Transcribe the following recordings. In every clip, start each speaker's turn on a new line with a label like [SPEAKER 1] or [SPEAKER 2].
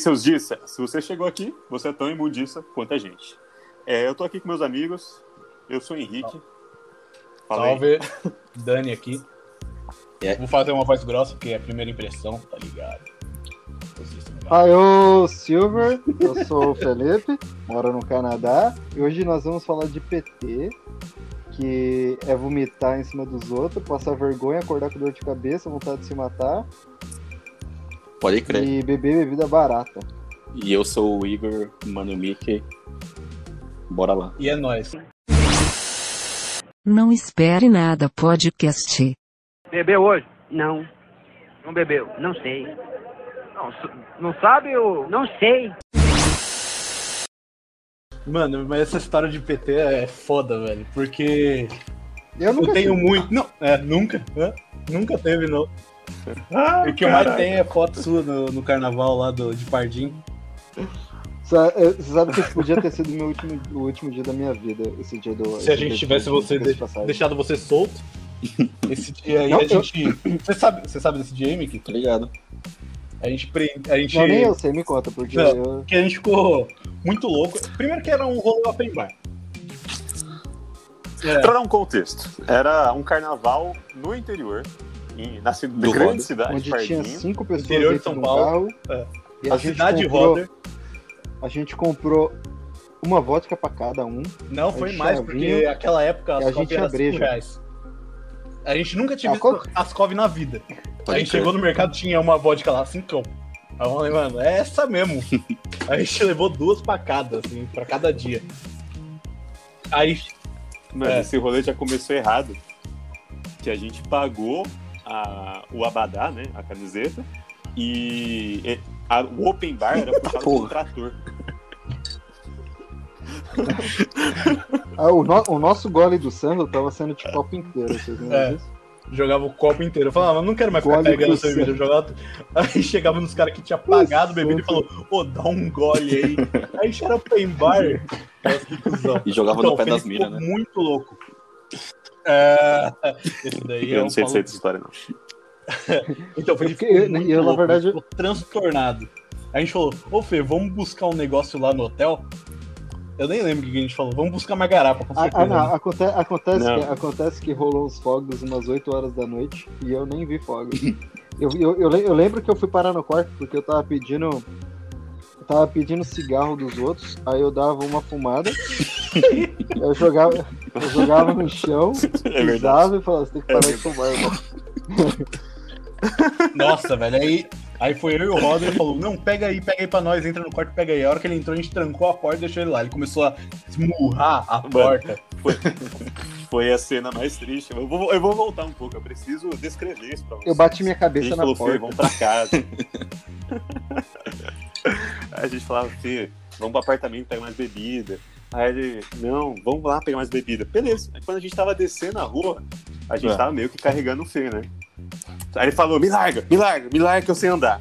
[SPEAKER 1] Seus Dissa, se você chegou aqui, você é tão imundiça quanto a gente. É, eu tô aqui com meus amigos, eu sou o Henrique. Fala aí.
[SPEAKER 2] Salve, Dani aqui.
[SPEAKER 3] E aí?
[SPEAKER 2] Vou fazer uma voz grossa, porque é a primeira impressão, tá ligado? Vocês estão ligados.
[SPEAKER 4] Alô, Silver, eu sou o Felipe, moro no Canadá e hoje nós vamos falar de PT, que é vomitar em cima dos outros, passar vergonha, acordar com dor de cabeça, vontade de se matar
[SPEAKER 3] Pode crer.
[SPEAKER 4] e beber bebida barata.
[SPEAKER 3] E eu sou o Igor, mano Mickey. Bora lá.
[SPEAKER 2] E é nóis.
[SPEAKER 5] Não espere nada, podcast.
[SPEAKER 6] Bebeu hoje? Não. Não bebeu? Não sei. Não, sabe o. Não sei.
[SPEAKER 2] Mano, mas essa história de PT é foda, velho. Porque
[SPEAKER 4] Eu
[SPEAKER 2] eu
[SPEAKER 4] nunca
[SPEAKER 2] tenho
[SPEAKER 4] fiz.
[SPEAKER 2] muito. Não, é, nunca. Hã? Nunca teve, não.
[SPEAKER 4] Ah,
[SPEAKER 2] o que eu mais tenho é foto sua no, no carnaval lá do, de Pardim. um.
[SPEAKER 4] Sa- é, Você sabe que esse podia ter sido meu último, o último dia da minha vida, esse dia do.
[SPEAKER 2] Se a
[SPEAKER 4] esse
[SPEAKER 2] gente
[SPEAKER 4] dia
[SPEAKER 2] tivesse
[SPEAKER 4] de-
[SPEAKER 2] você
[SPEAKER 4] de-
[SPEAKER 2] de-
[SPEAKER 4] passagem.
[SPEAKER 2] deixado você solto. Esse dia aí
[SPEAKER 4] Não,
[SPEAKER 2] a
[SPEAKER 4] eu-
[SPEAKER 2] gente. Você, sabe, você sabe desse dia, aí, Mickey?
[SPEAKER 3] Tá ligado?
[SPEAKER 2] A gente. pre- A gente...
[SPEAKER 4] Não, nem eu sei, me conta, porque
[SPEAKER 2] Não.
[SPEAKER 4] eu.
[SPEAKER 2] que a gente ficou muito louco. Primeiro que era um rolê open bar. É,
[SPEAKER 1] Pra dar um contexto, era um carnaval no interior, em, na ci-
[SPEAKER 3] Do
[SPEAKER 1] grande
[SPEAKER 3] Roda.
[SPEAKER 1] cidade,
[SPEAKER 4] Onde
[SPEAKER 1] de Pardim.
[SPEAKER 4] tinha cinco pessoas
[SPEAKER 2] Interior de
[SPEAKER 4] dentro
[SPEAKER 2] São
[SPEAKER 4] de um
[SPEAKER 2] Paulo.
[SPEAKER 4] carro.
[SPEAKER 2] É.
[SPEAKER 4] E
[SPEAKER 2] a cidade
[SPEAKER 4] comprou-
[SPEAKER 2] roda.
[SPEAKER 4] A gente comprou uma vodka pra cada um.
[SPEAKER 2] Não foi
[SPEAKER 4] Aí
[SPEAKER 2] mais,
[SPEAKER 4] chavinha,
[SPEAKER 2] porque naquela época
[SPEAKER 4] e a
[SPEAKER 2] as
[SPEAKER 4] gente
[SPEAKER 2] covas eram
[SPEAKER 4] tinha breja.
[SPEAKER 2] 5 reais. A gente nunca tinha
[SPEAKER 4] Ah,
[SPEAKER 2] visto
[SPEAKER 4] qual-
[SPEAKER 2] as cove na vida. a
[SPEAKER 3] Pode
[SPEAKER 2] gente
[SPEAKER 3] crer.
[SPEAKER 2] chegou no mercado tinha uma vodka lá, 5 Aí eu falei, mano, é essa mesmo. a gente levou duas pra cada, assim, pra cada dia. Aí
[SPEAKER 1] Mano,
[SPEAKER 2] É.
[SPEAKER 1] esse rolê já começou errado. Que a gente pagou a- o abadá, né? A camiseta. E e- a- o open bar era puxado por um
[SPEAKER 3] porra.
[SPEAKER 1] trator.
[SPEAKER 4] Ah, o, no- o nosso gole do Sandro tava sendo de copo inteiro, vocês lembram
[SPEAKER 2] É.
[SPEAKER 4] disso?
[SPEAKER 2] jogava o copo inteiro. Eu falava, "Ah, mas não quero mais ficar
[SPEAKER 4] Gole
[SPEAKER 2] pegando
[SPEAKER 4] do
[SPEAKER 2] essa bebida. Eu jogava... Aí chegava nos caras que tinha pagado a bebida e falou, ô, dá um gole aí. aí já era open bar. Nossa, que cuzão.
[SPEAKER 3] E jogava
[SPEAKER 2] Então,
[SPEAKER 3] no pé
[SPEAKER 2] o Felipe
[SPEAKER 3] das minas,
[SPEAKER 2] ficou
[SPEAKER 3] né?
[SPEAKER 2] Muito louco. É, Esse daí é
[SPEAKER 1] Eu
[SPEAKER 2] um
[SPEAKER 1] não sei se é
[SPEAKER 2] maluco.
[SPEAKER 1] dessa história, não.
[SPEAKER 2] Então, o Felipe ficou
[SPEAKER 4] É Porque eu-
[SPEAKER 2] muito
[SPEAKER 4] eu, na
[SPEAKER 2] louco,
[SPEAKER 4] verdade-
[SPEAKER 2] ficou transtornado. A gente falou, ô Fê, vamos buscar um negócio lá no hotel? Eu nem lembro o que a gente falou. Vamos buscar uma garapa, com
[SPEAKER 4] Ah, ah,
[SPEAKER 2] certeza.
[SPEAKER 4] não, aconte- acontece,
[SPEAKER 1] Não.
[SPEAKER 4] Que, acontece que rolou uns fogos umas 8 horas da noite e eu nem vi fogos. eu, eu, eu le- eu lembro que eu fui parar no quarto porque eu tava pedindo. Eu tava pedindo cigarro dos outros, aí eu dava uma fumada, eu jogava, eu jogava no chão,
[SPEAKER 1] É verdade. É
[SPEAKER 4] pisava e falava, você tem que parar de fumar, irmão.
[SPEAKER 2] Nossa, velho, aí, aí foi eu e o Roder, ele falou, não, pega aí, pega aí pra nós, entra no quarto, pega aí. A hora que ele entrou, a gente trancou a porta e deixou ele lá. Ele começou a esmurrar a porta.
[SPEAKER 1] Foi a cena mais triste. Eu vou, eu vou voltar um pouco, eu preciso descrever isso pra vocês.
[SPEAKER 4] Eu bati minha
[SPEAKER 1] A
[SPEAKER 4] cabeça
[SPEAKER 1] gente
[SPEAKER 4] na
[SPEAKER 1] falou, Fê,
[SPEAKER 4] porta.
[SPEAKER 1] vamos pra casa. a gente falava, Fê, vamos pro apartamento pegar mais bebida. Aí ele, não, vamos lá pegar mais bebida. Beleza. Aí quando a gente tava descendo a rua, a gente
[SPEAKER 3] É.
[SPEAKER 1] tava meio que carregando o Fê, né? Aí ele falou, me larga, me larga, me larga que eu sei andar.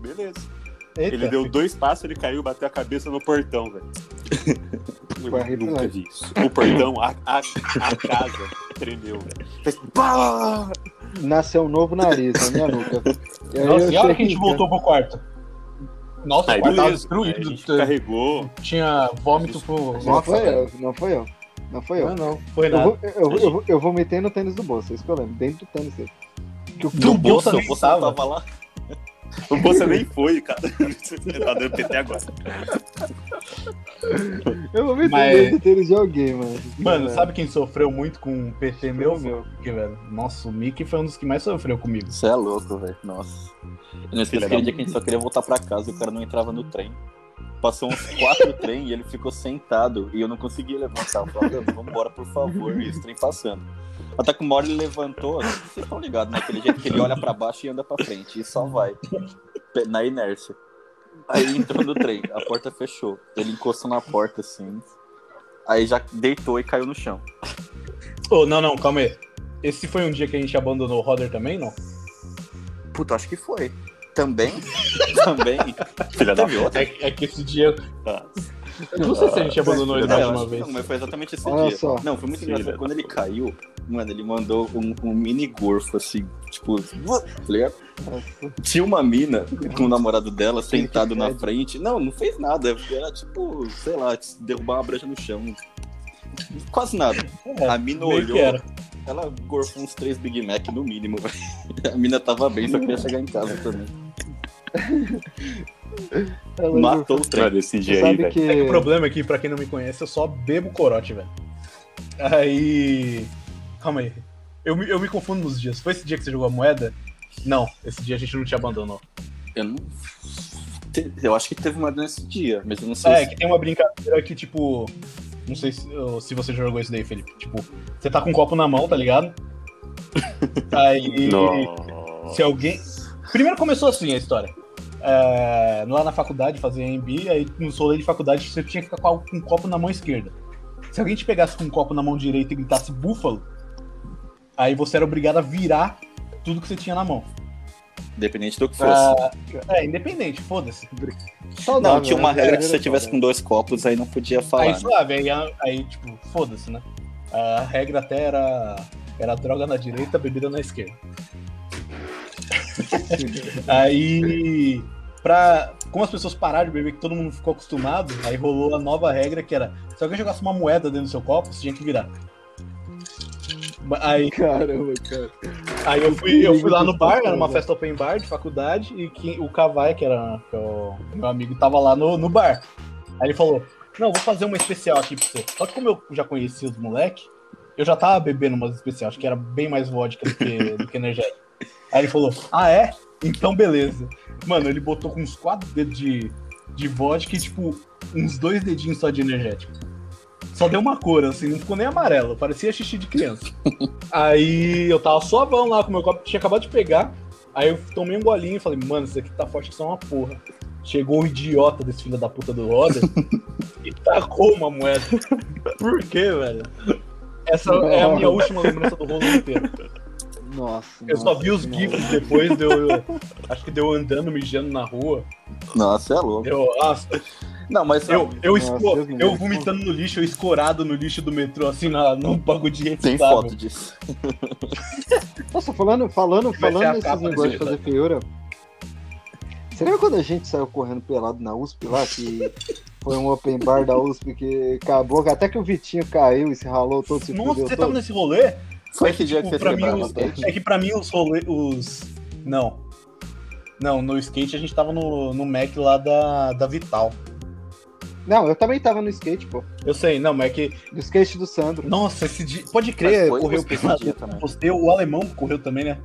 [SPEAKER 1] Beleza.
[SPEAKER 2] Eita.
[SPEAKER 1] Ele deu dois passos, ele caiu, bateu a cabeça no portão, velho. Eu nunca vi isso. O portão, a, a, a casa tremeu, velho. Fez pá!
[SPEAKER 4] Nasceu um novo nariz na minha nuca. E aí
[SPEAKER 2] Nossa,
[SPEAKER 4] eu
[SPEAKER 2] e a hora que a
[SPEAKER 4] cheguei
[SPEAKER 2] gente
[SPEAKER 4] em
[SPEAKER 2] voltou pro quarto? Nossa,
[SPEAKER 1] Aí
[SPEAKER 2] o quarto
[SPEAKER 1] beleza.
[SPEAKER 2] tava né?
[SPEAKER 1] Aí a
[SPEAKER 2] destruído.
[SPEAKER 1] gente carregou.
[SPEAKER 2] Tinha vômito pro...
[SPEAKER 4] casa. Não
[SPEAKER 2] Nossa,
[SPEAKER 4] foi
[SPEAKER 2] velho.
[SPEAKER 4] eu, não foi eu. Não foi eu.
[SPEAKER 2] Não, não, foi
[SPEAKER 4] Eu,
[SPEAKER 2] nada.
[SPEAKER 4] vou, eu, vou- eu, vou- eu vomitei no tênis do bolso, é isso que eu lembro, dentro do tênis dele. Que o
[SPEAKER 2] Do bolso,
[SPEAKER 3] Bolsa,
[SPEAKER 2] eu
[SPEAKER 3] você
[SPEAKER 2] tava.
[SPEAKER 3] tava lá.
[SPEAKER 1] O Bolsa nem foi, cara. tá dando PT agora.
[SPEAKER 4] Eu vomitei
[SPEAKER 2] Mas-
[SPEAKER 4] dentro do tênis de alguém, mano.
[SPEAKER 2] Mano,
[SPEAKER 4] Não,
[SPEAKER 2] sabe quem sofreu muito com o PT meu?
[SPEAKER 4] Foi meu.
[SPEAKER 2] É. Foi o Mickey, velho. Nossa, o Mickey foi um dos que mais sofreu comigo.
[SPEAKER 3] Você é louco, velho. Nossa. Eu não
[SPEAKER 1] Filha
[SPEAKER 3] esqueci aquele
[SPEAKER 1] da
[SPEAKER 3] dia que a gente só queria voltar pra casa e o cara não entrava no trem. Passou uns quatro trem e ele ficou sentado e eu não conseguia levantar. Eu falava, "Não, vambora, por favor, e esse trem passando. Até que uma hora ele levantou, vocês estão ligados, né? Aquele jeito que ele olha pra baixo e anda pra frente, e só vai. Pe- Na inércia. Aí entrou no trem, a porta fechou. Ele encostou na porta assim. Aí já deitou e caiu no chão.
[SPEAKER 2] Ô, não, não, calma aí. Esse foi um dia que a gente abandonou o Roder também, não?
[SPEAKER 3] Puta, acho que foi. Também? Também?
[SPEAKER 1] Filha da
[SPEAKER 3] Teve outra?
[SPEAKER 2] É, é que esse dia
[SPEAKER 1] puta.
[SPEAKER 2] Eu não sei se a gente abandonou ele mais de
[SPEAKER 3] eu
[SPEAKER 2] uma
[SPEAKER 3] acho-
[SPEAKER 2] vez.
[SPEAKER 3] Não, mas foi exatamente esse
[SPEAKER 4] Olha
[SPEAKER 3] dia.
[SPEAKER 4] só.
[SPEAKER 3] Não, foi muito
[SPEAKER 1] Sim,
[SPEAKER 3] engraçado.
[SPEAKER 1] velho.
[SPEAKER 3] Quando ele caiu, mano, ele mandou um, um mini gorfo, assim, tipo, tá ligado? Tinha uma mina com o namorado dela sentado na
[SPEAKER 4] fede.
[SPEAKER 3] frente. Não, não fez nada. Era tipo, sei lá, derrubar uma brecha no chão. Quase nada. A mina
[SPEAKER 2] É, Meio
[SPEAKER 3] olhou,
[SPEAKER 2] que era.
[SPEAKER 3] ela gorfou uns três Big Mac no mínimo. A mina tava bem, só queria chegar em casa também.
[SPEAKER 4] Ela-
[SPEAKER 3] Matou o trem.
[SPEAKER 1] Mano, esse
[SPEAKER 4] Você
[SPEAKER 1] dia aí,
[SPEAKER 4] sabe
[SPEAKER 1] velho.
[SPEAKER 4] que.
[SPEAKER 2] É que o problema é que, pra quem não me conhece, eu só bebo corote, velho. Aí. Calma aí. Eu, me- eu me confundo nos dias. Foi esse dia que você jogou a moeda? Não, esse dia a gente não te abandonou.
[SPEAKER 3] Eu não. te- Eu acho que teve uma nesse dia, mas eu não sei
[SPEAKER 2] É,
[SPEAKER 3] se.
[SPEAKER 2] que tem uma brincadeira que, tipo. Não sei se, eu- se você jogou isso daí, Felipe. Tipo, você tá com um copo na mão, tá ligado? Aí.
[SPEAKER 1] Nossa.
[SPEAKER 2] Se alguém. Primeiro começou assim a história. É, lá na faculdade, fazia MB, aí no solê de faculdade você tinha que ficar com a- com um copo na mão esquerda. Se alguém te pegasse com um copo na mão direita e gritasse búfalo, aí você era obrigado a virar tudo que você tinha na mão.
[SPEAKER 3] Independente do que fosse.
[SPEAKER 2] Ah, é, independente, foda-se.
[SPEAKER 3] não, é
[SPEAKER 4] Saudável,
[SPEAKER 3] tinha uma
[SPEAKER 4] né?
[SPEAKER 3] regra que se você
[SPEAKER 4] Brasileiro
[SPEAKER 3] tivesse com dois copos, aí não podia falar.
[SPEAKER 2] Aí
[SPEAKER 3] né?
[SPEAKER 2] suave, aí, a- aí tipo, foda-se, né? A regra até era, era droga na direita, bebida na esquerda. aí, pra, como as pessoas pararam de beber, que todo mundo ficou acostumado, aí rolou a nova regra que era: se alguém jogasse uma moeda dentro do seu copo, você tinha que virar. Aí,
[SPEAKER 4] Caramba, cara.
[SPEAKER 2] aí eu, fui, eu fui lá no bar, era uma festa open bar de faculdade, e que, o Cavai, que era que é o meu amigo, tava lá no, no bar. Aí ele falou: Não, vou fazer uma especial aqui pra você. Só que como eu já conhecia os moleques, eu já tava bebendo umas especial, acho que era bem mais vodka do que, do que energético. Aí ele falou: Ah, é? Então beleza. Mano, ele botou com uns quatro dedos de, de vodka e, tipo, uns dois dedinhos só de energético. Só deu uma cor, assim, não ficou nem amarelo, parecia xixi de criança. Aí eu tava suavão lá com o meu copo, tinha acabado de pegar. Aí eu tomei um golinho e falei, mano, isso aqui tá forte que só uma porra. Chegou o idiota desse filho da puta do Roder e tacou uma moeda. Por quê, velho? Essa é a minha última lembrança do rolo inteiro.
[SPEAKER 4] Nossa.
[SPEAKER 2] Eu só
[SPEAKER 4] nossa,
[SPEAKER 2] vi os
[SPEAKER 4] que
[SPEAKER 2] gifs depois, deu. Acho que deu andando, mijando na rua.
[SPEAKER 3] Nossa, é louco.
[SPEAKER 2] Deu, "Ah, nossa,
[SPEAKER 3] Não, mas
[SPEAKER 2] eu, eu,
[SPEAKER 4] Nossa,
[SPEAKER 2] esco-
[SPEAKER 4] Deus me
[SPEAKER 2] eu
[SPEAKER 4] livre.
[SPEAKER 2] vomitando no lixo, eu escorado no lixo do metrô, assim, na, no bagulho de
[SPEAKER 3] tem
[SPEAKER 2] reciclável.
[SPEAKER 3] foto disso.
[SPEAKER 4] Nossa, falando, falando,
[SPEAKER 2] Vai ser a
[SPEAKER 4] falando desses
[SPEAKER 2] capa
[SPEAKER 4] negócios
[SPEAKER 2] desse
[SPEAKER 4] de fazer feiura. Você lembra quando a gente saiu correndo pelado na USP lá, que foi um open bar da USP que acabou, que até que o Vitinho caiu e se ralou todo, se
[SPEAKER 2] Nossa,
[SPEAKER 4] fudeu
[SPEAKER 2] você tá tava
[SPEAKER 4] todo?
[SPEAKER 2] nesse rolê?
[SPEAKER 3] Foi esse dia que
[SPEAKER 2] Tipo,
[SPEAKER 3] vocês
[SPEAKER 2] pra mim,
[SPEAKER 3] quebraram
[SPEAKER 2] os-
[SPEAKER 3] os dentes?
[SPEAKER 2] é que pra mim os rolê. Os... Não. Não, no skate a gente tava no, no Mac lá da, da Vital.
[SPEAKER 4] Não, eu também tava no skate, pô.
[SPEAKER 2] Eu sei, não, mas é que.
[SPEAKER 4] No skate do Sandro.
[SPEAKER 2] Nossa, esse dia. Pode crer,
[SPEAKER 3] Mas foi
[SPEAKER 2] correu
[SPEAKER 3] você esse
[SPEAKER 2] pelado.
[SPEAKER 3] dia também.
[SPEAKER 2] Você, o alemão correu também, né?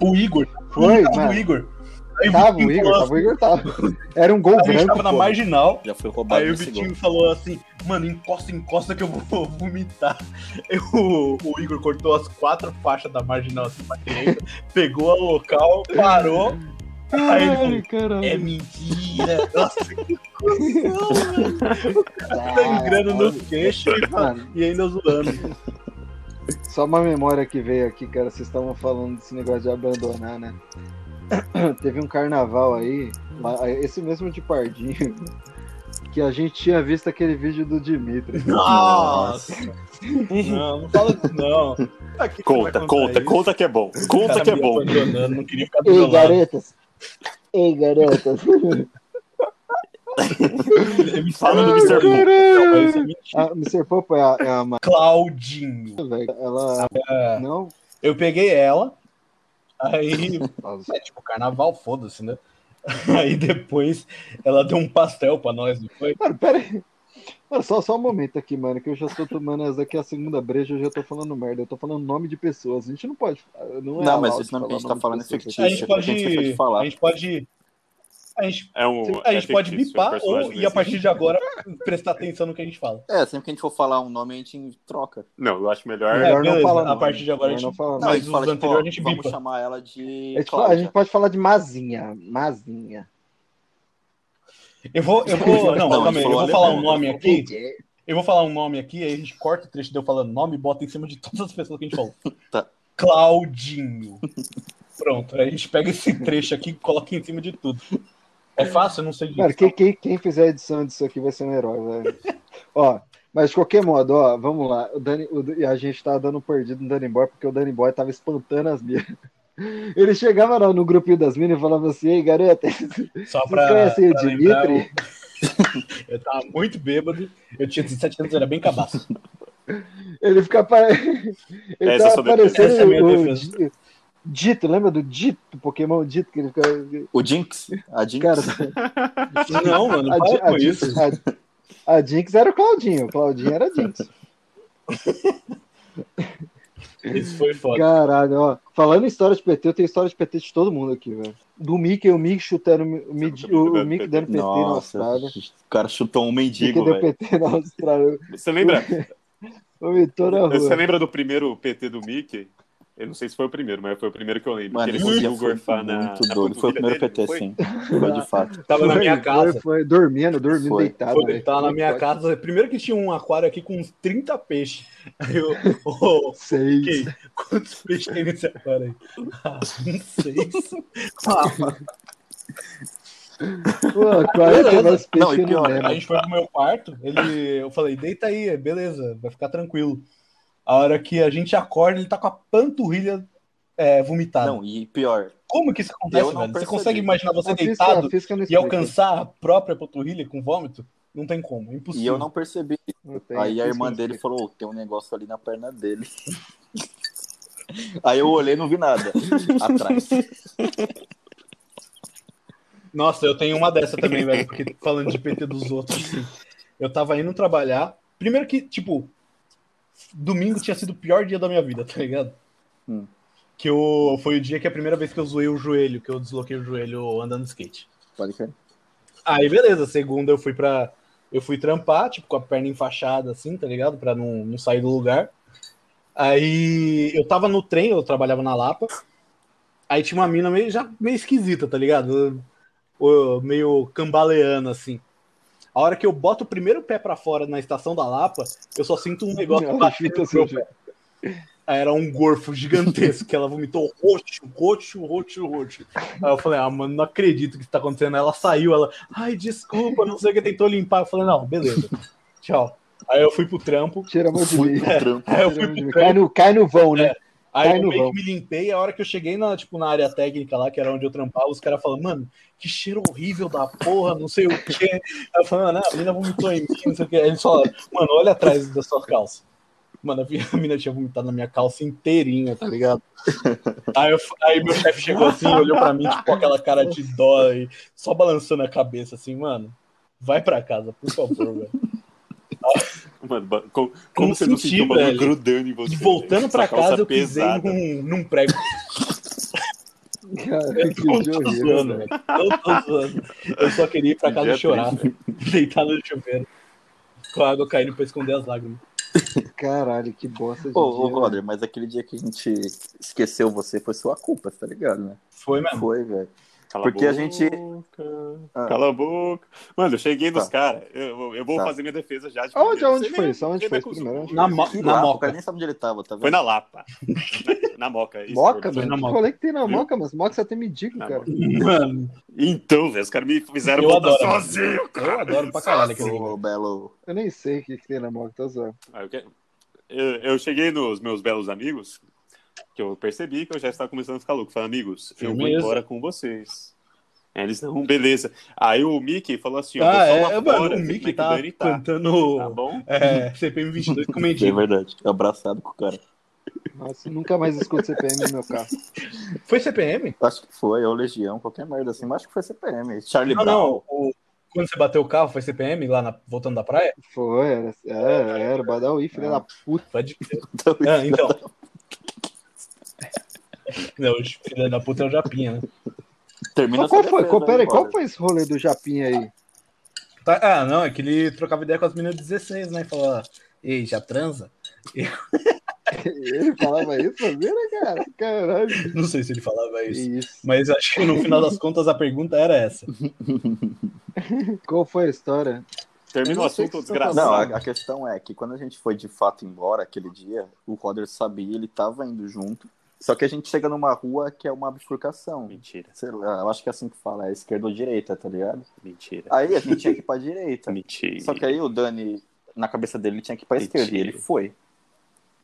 [SPEAKER 2] O Igor.
[SPEAKER 4] Foi,
[SPEAKER 2] Não, tava
[SPEAKER 4] mano.
[SPEAKER 2] o Igor. Aí o
[SPEAKER 4] Tava o
[SPEAKER 2] Vitinho
[SPEAKER 4] Igor,
[SPEAKER 2] falou
[SPEAKER 4] tava o Igor, tava. Era um gol
[SPEAKER 2] assim, A gente
[SPEAKER 4] branco,
[SPEAKER 2] tava na
[SPEAKER 4] pô.
[SPEAKER 2] marginal.
[SPEAKER 3] Já foi roubado
[SPEAKER 2] Aí o
[SPEAKER 3] nesse gol.
[SPEAKER 2] Vitinho falou assim, mano, encosta, encosta que eu vou vomitar. Aí o, o Igor cortou as quatro faixas da marginal assim pra direita, pegou a local, parou. Aí ele falou,
[SPEAKER 4] Ai, caralho.
[SPEAKER 2] é mentira. tá Nossa, que cuzão, mano. Sangrando no queixo e, fa-
[SPEAKER 4] Mano.
[SPEAKER 2] e ainda zoando.
[SPEAKER 4] Só uma memória que veio aqui, cara, vocês estavam falando desse negócio de abandonar, né? Teve um carnaval aí, lá- esse mesmo de Pardinho, que a gente tinha visto aquele vídeo do Dimitri.
[SPEAKER 2] Nossa. Não, não fala isso não. Pra que que você
[SPEAKER 1] Conta,
[SPEAKER 2] vai
[SPEAKER 1] conta,
[SPEAKER 2] isso?
[SPEAKER 1] conta que é bom.
[SPEAKER 2] O
[SPEAKER 1] Conta
[SPEAKER 2] cara
[SPEAKER 1] que é
[SPEAKER 2] me
[SPEAKER 1] bom.
[SPEAKER 2] abandonando, Não queria ficar do meu
[SPEAKER 4] Ei,
[SPEAKER 2] lado.
[SPEAKER 4] garotas! Ei, garotas!
[SPEAKER 2] Ele me
[SPEAKER 1] Fala
[SPEAKER 2] fala
[SPEAKER 1] do
[SPEAKER 2] do
[SPEAKER 1] Mr. Poop.
[SPEAKER 2] Isso é mentira.
[SPEAKER 4] A Mr. Popo é a, é a Marta,
[SPEAKER 2] Claudinho.
[SPEAKER 4] velho.
[SPEAKER 2] Ah,
[SPEAKER 4] Ela.
[SPEAKER 2] é.
[SPEAKER 4] Não?
[SPEAKER 2] Eu peguei ela, aí,
[SPEAKER 4] Nossa,
[SPEAKER 2] é, tipo, carnaval, foda-se, né? Aí depois ela deu um pastel pra nós, não foi?
[SPEAKER 4] Mano, pera aí. Mano, só, só um momento aqui, mano, que eu já estou tomando essa daqui a segunda breja, eu já tô falando merda, eu tô falando nome de pessoas. A gente não pode. Não, é
[SPEAKER 3] Não, mas
[SPEAKER 4] alto
[SPEAKER 3] esse nome que a gente
[SPEAKER 4] falar
[SPEAKER 3] tá falando é
[SPEAKER 4] de pessoas.
[SPEAKER 3] fictício.
[SPEAKER 2] A gente
[SPEAKER 3] a
[SPEAKER 2] pode.
[SPEAKER 3] gente esqueceu de falar.
[SPEAKER 2] A gente pode. A gente,
[SPEAKER 1] É um,
[SPEAKER 2] a gente
[SPEAKER 1] é fictício, é
[SPEAKER 2] pode
[SPEAKER 1] um
[SPEAKER 2] bipar
[SPEAKER 1] personagem
[SPEAKER 2] ou,
[SPEAKER 1] que
[SPEAKER 2] e a
[SPEAKER 1] não
[SPEAKER 2] partir
[SPEAKER 1] existe.
[SPEAKER 2] de agora, prestar atenção no que a gente fala.
[SPEAKER 3] É, sempre que a gente for falar um nome, a gente troca.
[SPEAKER 1] Não, eu acho melhor.
[SPEAKER 2] É,
[SPEAKER 4] Melhor não
[SPEAKER 2] beleza,
[SPEAKER 4] falar
[SPEAKER 2] a
[SPEAKER 4] nome,
[SPEAKER 2] partir de agora a
[SPEAKER 4] melhor
[SPEAKER 2] gente.
[SPEAKER 4] não falar
[SPEAKER 2] Mas
[SPEAKER 3] a gente
[SPEAKER 2] os
[SPEAKER 3] fala, tipo, ó,
[SPEAKER 2] anteriores a gente
[SPEAKER 3] vamos
[SPEAKER 2] bipa.
[SPEAKER 3] chamar ela de
[SPEAKER 4] A gente, fala- a
[SPEAKER 3] Cláudia.
[SPEAKER 4] gente pode falar de Mazinha. Mazinha.
[SPEAKER 2] Eu vou. Eu vou não,
[SPEAKER 3] Não, a
[SPEAKER 2] calma aí,
[SPEAKER 3] gente
[SPEAKER 2] eu
[SPEAKER 3] falou
[SPEAKER 2] vou falar um
[SPEAKER 3] alemão,
[SPEAKER 2] nome aqui. Eu vou falar um nome aqui, aí a gente corta o trecho de eu falando nome e bota em cima de todas as pessoas que a gente falou.
[SPEAKER 3] Tá.
[SPEAKER 2] Claudinho. Pronto, aí a gente pega esse trecho aqui e coloca em cima de tudo. É fácil, eu não sei disso.
[SPEAKER 4] Cara, quem, quem, quem fizer a edição disso aqui vai ser um herói, velho. ó, mas de qualquer modo, ó, vamos lá. O Dani, o- e a gente tava dando um perdido no Danny Boy porque o Danny Boy tava espantando as minas. Ele chegava lá no grupinho das minas e falava assim: Ei, garota,
[SPEAKER 2] Só
[SPEAKER 4] vocês
[SPEAKER 2] pra,
[SPEAKER 4] conhecem o
[SPEAKER 2] pra lembrar,
[SPEAKER 4] Dimitri?
[SPEAKER 2] eu- eu tava muito bêbado. Eu tinha 17 anos, eu era bem cabaço.
[SPEAKER 4] Ele fica pare... Ele
[SPEAKER 1] Essa
[SPEAKER 4] tava
[SPEAKER 1] é sua defesa.
[SPEAKER 4] parecendo
[SPEAKER 2] Essa é a minha
[SPEAKER 4] o
[SPEAKER 2] defesa.
[SPEAKER 4] Di- Dito, lembra do Dito, Pokémon Dito, que ele fica.
[SPEAKER 3] O Jinx. A Jinx.
[SPEAKER 4] Cara,
[SPEAKER 2] Não, mano,
[SPEAKER 4] a, Di-
[SPEAKER 2] para
[SPEAKER 4] a
[SPEAKER 2] com
[SPEAKER 4] Jinx,
[SPEAKER 2] isso.
[SPEAKER 4] a- a Jinx era o Claudinho, o Claudinho era a Jinx.
[SPEAKER 2] Isso foi foda.
[SPEAKER 4] Caralho, ó. Falando em história de PT, eu tenho história de PT de todo mundo aqui, velho. Do Mickey, o Mickey chutando o Mi- o, Mid-
[SPEAKER 1] nunca me
[SPEAKER 4] o,
[SPEAKER 1] deu
[SPEAKER 4] o Mickey
[SPEAKER 1] PT.
[SPEAKER 4] dando PT na
[SPEAKER 3] Nossa.
[SPEAKER 4] Austrália.
[SPEAKER 3] O cara chutou um mendigo,
[SPEAKER 4] Mickey deu
[SPEAKER 3] velho.
[SPEAKER 4] PT na Austrália.
[SPEAKER 1] Você lembra?
[SPEAKER 4] Vomitou na
[SPEAKER 1] Você
[SPEAKER 4] rua.
[SPEAKER 1] lembra do primeiro PT do Mickey? Eu não sei se foi o primeiro, mas foi o primeiro que eu lembro.
[SPEAKER 3] Mano,
[SPEAKER 1] que ele
[SPEAKER 3] esse dia
[SPEAKER 1] conseguiu
[SPEAKER 3] foi
[SPEAKER 1] gorfar né? na.
[SPEAKER 3] muito
[SPEAKER 1] na
[SPEAKER 3] doido. Foi o
[SPEAKER 1] panturrilha dele,
[SPEAKER 3] primeiro PT,
[SPEAKER 1] não foi?
[SPEAKER 3] sim. Foi de fato.
[SPEAKER 2] Tava é na
[SPEAKER 4] Foi, né?
[SPEAKER 2] minha casa.
[SPEAKER 4] Foi, foi, dormindo, dormindo,
[SPEAKER 3] Foi.
[SPEAKER 4] deitado.
[SPEAKER 2] Foi,
[SPEAKER 4] velho.
[SPEAKER 2] tava na minha
[SPEAKER 4] Pode.
[SPEAKER 2] casa. Primeiro que tinha um aquário aqui com uns 30 peixes. Aí eu. ô,
[SPEAKER 4] Seis.
[SPEAKER 2] ok, quantos peixes tem nesse aquário aí? Ah, não sei. Ah,
[SPEAKER 4] Pô, aquário tem mais peixe
[SPEAKER 3] Não, e
[SPEAKER 4] que eu não
[SPEAKER 3] pior,
[SPEAKER 4] lembro.
[SPEAKER 2] a gente foi pro meu quarto. Ele, eu falei, deita aí, beleza, vai ficar tranquilo. A hora que a gente acorda, ele tá com a panturrilha é, vomitada.
[SPEAKER 3] Não, e pior.
[SPEAKER 2] Como que isso acontece,
[SPEAKER 3] Eu não
[SPEAKER 2] velho? Você
[SPEAKER 3] percebi.
[SPEAKER 2] consegue imaginar você
[SPEAKER 4] A física-
[SPEAKER 2] deitado
[SPEAKER 4] a física
[SPEAKER 2] e
[SPEAKER 4] não explica.
[SPEAKER 2] alcançar a própria panturrilha com vômito? Não tem como, é impossível.
[SPEAKER 3] E eu não percebi.
[SPEAKER 4] Não tem,
[SPEAKER 3] Aí a
[SPEAKER 4] física
[SPEAKER 3] irmã
[SPEAKER 4] não
[SPEAKER 3] dele
[SPEAKER 4] explica.
[SPEAKER 3] falou: "Ô, tem um negócio ali na perna dele. Aí eu olhei e não vi nada. Atrás.
[SPEAKER 2] Nossa, eu tenho uma dessa também, velho, porque falando de PT dos outros, assim, eu tava indo trabalhar. Primeiro que, tipo, domingo tinha sido o pior dia da minha vida, tá ligado?
[SPEAKER 3] Hum.
[SPEAKER 2] Que eu, foi o dia que a primeira vez que eu zoei o joelho, que eu desloquei o joelho andando de skate.
[SPEAKER 3] Pode crer.
[SPEAKER 2] Aí, beleza, segunda eu fui pra. Eu fui trampar, tipo, com a perna enfaixada, assim, tá ligado? Pra não, não sair do lugar. Aí eu tava no trem, eu trabalhava na Lapa. Aí tinha uma mina meio, já meio esquisita, tá ligado? Ô, Meio cambaleana, assim. A hora que eu boto o primeiro pé pra fora na estação da Lapa, eu só sinto um negócio
[SPEAKER 4] Não,
[SPEAKER 2] batendo
[SPEAKER 4] fica
[SPEAKER 2] no meu
[SPEAKER 4] assim,
[SPEAKER 2] pé. Aí era um gorfo gigantesco, que ela vomitou roxo, roxo, roxo, roxo. Aí eu falei, ah, mano, não acredito que isso tá acontecendo. Aí Ela saiu, ela, ai, desculpa, não sei o que, tentou limpar. Eu falei, não, beleza, tchau. Aí eu fui pro trampo,
[SPEAKER 4] Tira a mão de mim.
[SPEAKER 2] aí eu
[SPEAKER 4] Tira
[SPEAKER 2] fui
[SPEAKER 4] a mão
[SPEAKER 2] pro
[SPEAKER 4] de mim.
[SPEAKER 2] trampo,
[SPEAKER 4] Cai no, cai no vão,
[SPEAKER 2] É.
[SPEAKER 4] né?
[SPEAKER 2] Aí
[SPEAKER 4] Cai
[SPEAKER 2] eu
[SPEAKER 4] no
[SPEAKER 2] meio
[SPEAKER 4] vão.
[SPEAKER 2] que me limpei, a hora que eu cheguei na, tipo, na área técnica lá, que era onde eu trampava, os caras falam, mano, que cheiro horrível da porra, não sei o quê. Aí eu falei, mano, a mina vomitou em mim, não sei o quê. Aí eles falaram, mano, olha atrás da sua calça. Mano, a minha- a mina tinha vomitado na minha calça inteirinha, tá ligado? Aí, eu f- aí meu chefe chegou assim, olhou pra mim, tipo, com aquela cara de dó e só balançando a cabeça, assim, mano, vai pra casa, por favor, velho.
[SPEAKER 1] Mano, ba- como, como
[SPEAKER 2] Como
[SPEAKER 1] você não
[SPEAKER 2] senti,
[SPEAKER 1] sentiu o bagulho
[SPEAKER 2] velho?
[SPEAKER 1] grudando em você?
[SPEAKER 2] E voltando
[SPEAKER 1] velho?
[SPEAKER 2] pra
[SPEAKER 1] Essa calça é
[SPEAKER 2] casa, eu pisei
[SPEAKER 1] pesada.
[SPEAKER 2] num, num prego
[SPEAKER 4] Cara,
[SPEAKER 2] Eu
[SPEAKER 4] que
[SPEAKER 2] não
[SPEAKER 4] dia
[SPEAKER 2] tô
[SPEAKER 4] horrível,
[SPEAKER 2] zoando,
[SPEAKER 4] velho.
[SPEAKER 2] velho. Não tô zoando. Eu só queria ir pra
[SPEAKER 1] Que
[SPEAKER 2] casa
[SPEAKER 1] dia
[SPEAKER 2] chorar, velho. deitar no chuveiro. Com a água caindo pra esconder as lágrimas.
[SPEAKER 4] Caralho, que bosta de
[SPEAKER 3] Ô,
[SPEAKER 4] dia, né?
[SPEAKER 3] ô
[SPEAKER 4] velho.
[SPEAKER 3] Roder, mas aquele dia que a gente esqueceu você foi sua culpa, tá ligado, né?
[SPEAKER 2] Foi mesmo.
[SPEAKER 3] Foi, velho.
[SPEAKER 1] Cala
[SPEAKER 3] Porque a
[SPEAKER 1] boca.
[SPEAKER 3] gente. Ah.
[SPEAKER 1] Cala a boca. Mano, eu cheguei nos caras. Eu, eu vou
[SPEAKER 3] Tá.
[SPEAKER 1] fazer minha defesa já. de
[SPEAKER 4] Aonde,
[SPEAKER 1] primeira.
[SPEAKER 4] aonde
[SPEAKER 1] Você
[SPEAKER 4] foi
[SPEAKER 1] nem-
[SPEAKER 4] isso? Aonde
[SPEAKER 1] você nem
[SPEAKER 4] foi isso
[SPEAKER 1] acusou.
[SPEAKER 4] primeiro?
[SPEAKER 2] Na, mo
[SPEAKER 3] Sei
[SPEAKER 2] na
[SPEAKER 3] lá, O
[SPEAKER 2] moca.
[SPEAKER 3] cara nem sabe onde ele tava, tá vendo?
[SPEAKER 1] Foi na Lapa. na, na Moca. isso, foi
[SPEAKER 4] Moca, velho?
[SPEAKER 2] na
[SPEAKER 4] Que
[SPEAKER 2] Moca. Ah,
[SPEAKER 4] rolê que tem na
[SPEAKER 1] Viu?
[SPEAKER 4] Moca, mas Moca só tem mendigo,
[SPEAKER 1] Na
[SPEAKER 4] cara.
[SPEAKER 2] Mano,
[SPEAKER 1] Então, velho, os caras me fizeram
[SPEAKER 2] Eu
[SPEAKER 1] voltar
[SPEAKER 2] adoro.
[SPEAKER 1] sozinho, cara.
[SPEAKER 2] eu adoro pra caralho aquele
[SPEAKER 3] Ô, Belo.
[SPEAKER 4] Eu nem sei o que, que tem na Moca, tô zoando.
[SPEAKER 1] Ah, Eu, que- eu- eu cheguei nos meus belos amigos, que eu percebi que eu já estava começando a ficar louco. Falei, amigos, eu vou
[SPEAKER 2] Firmeza.
[SPEAKER 1] embora com vocês. Aí Eles não, beleza. Aí o Mickey falou assim: eu vou
[SPEAKER 2] Ah,
[SPEAKER 1] só
[SPEAKER 2] é,
[SPEAKER 1] lá
[SPEAKER 2] mano,
[SPEAKER 1] fora,
[SPEAKER 2] o
[SPEAKER 1] ver como é
[SPEAKER 2] Mickey
[SPEAKER 1] que
[SPEAKER 2] tá
[SPEAKER 1] Dani tá.
[SPEAKER 2] cantando
[SPEAKER 1] Tá bom?
[SPEAKER 2] é, CPM22 com
[SPEAKER 3] É
[SPEAKER 2] mendigo.
[SPEAKER 3] verdade. Abraçado com o cara.
[SPEAKER 4] Nossa, nunca mais escuto CPM no meu carro.
[SPEAKER 2] Foi CPM?
[SPEAKER 3] Acho que foi, ou Legião, qualquer merda assim, mas acho que foi CPM. Charlie
[SPEAKER 1] tá.
[SPEAKER 2] Não,
[SPEAKER 3] Brown.
[SPEAKER 2] não. o- quando você bateu o carro, foi CPM lá na- voltando da praia?
[SPEAKER 4] Foi, era, era, era o Badawi, filha
[SPEAKER 2] Ah.
[SPEAKER 4] da puta.
[SPEAKER 2] Pode crer.
[SPEAKER 3] Então,
[SPEAKER 2] Ah, então. Não, o filho da puta é o Japinha, né?
[SPEAKER 3] Termina
[SPEAKER 4] Mas qual
[SPEAKER 3] essa
[SPEAKER 4] foi?
[SPEAKER 3] é defesa né,
[SPEAKER 4] Qual, pera aí,
[SPEAKER 3] aí,
[SPEAKER 4] qual
[SPEAKER 3] Roder.
[SPEAKER 4] foi esse rolê do Japinha aí?
[SPEAKER 2] Tá- ah, não, é que ele trocava ideia com as meninas de 16, né? E falava, ei, já transa?
[SPEAKER 4] Ele falava isso, fazia, né, cara? Caralho.
[SPEAKER 2] Não sei se ele falava isso.
[SPEAKER 4] Isso.
[SPEAKER 2] Mas acho que no final das contas a pergunta era essa.
[SPEAKER 4] Qual foi a história?
[SPEAKER 1] Termina o
[SPEAKER 4] Eu não sei o
[SPEAKER 1] assunto
[SPEAKER 4] que você tá
[SPEAKER 1] desgraçado.
[SPEAKER 3] Não, a, a questão é que quando a gente foi de fato embora aquele dia, o Roder sabia, ele tava indo junto. Só que a gente chega numa rua que é uma bifurcação.
[SPEAKER 1] Mentira,
[SPEAKER 3] Sei lá, eu acho que é assim que fala, é esquerda ou direita, tá ligado?
[SPEAKER 1] mentira.
[SPEAKER 3] Aí a gente tinha que ir pra direita.
[SPEAKER 1] Mentira.
[SPEAKER 3] tá. Só que aí o Dani, na cabeça dele, ele tinha que ir pra
[SPEAKER 1] Mentira.
[SPEAKER 3] esquerda. E ele foi.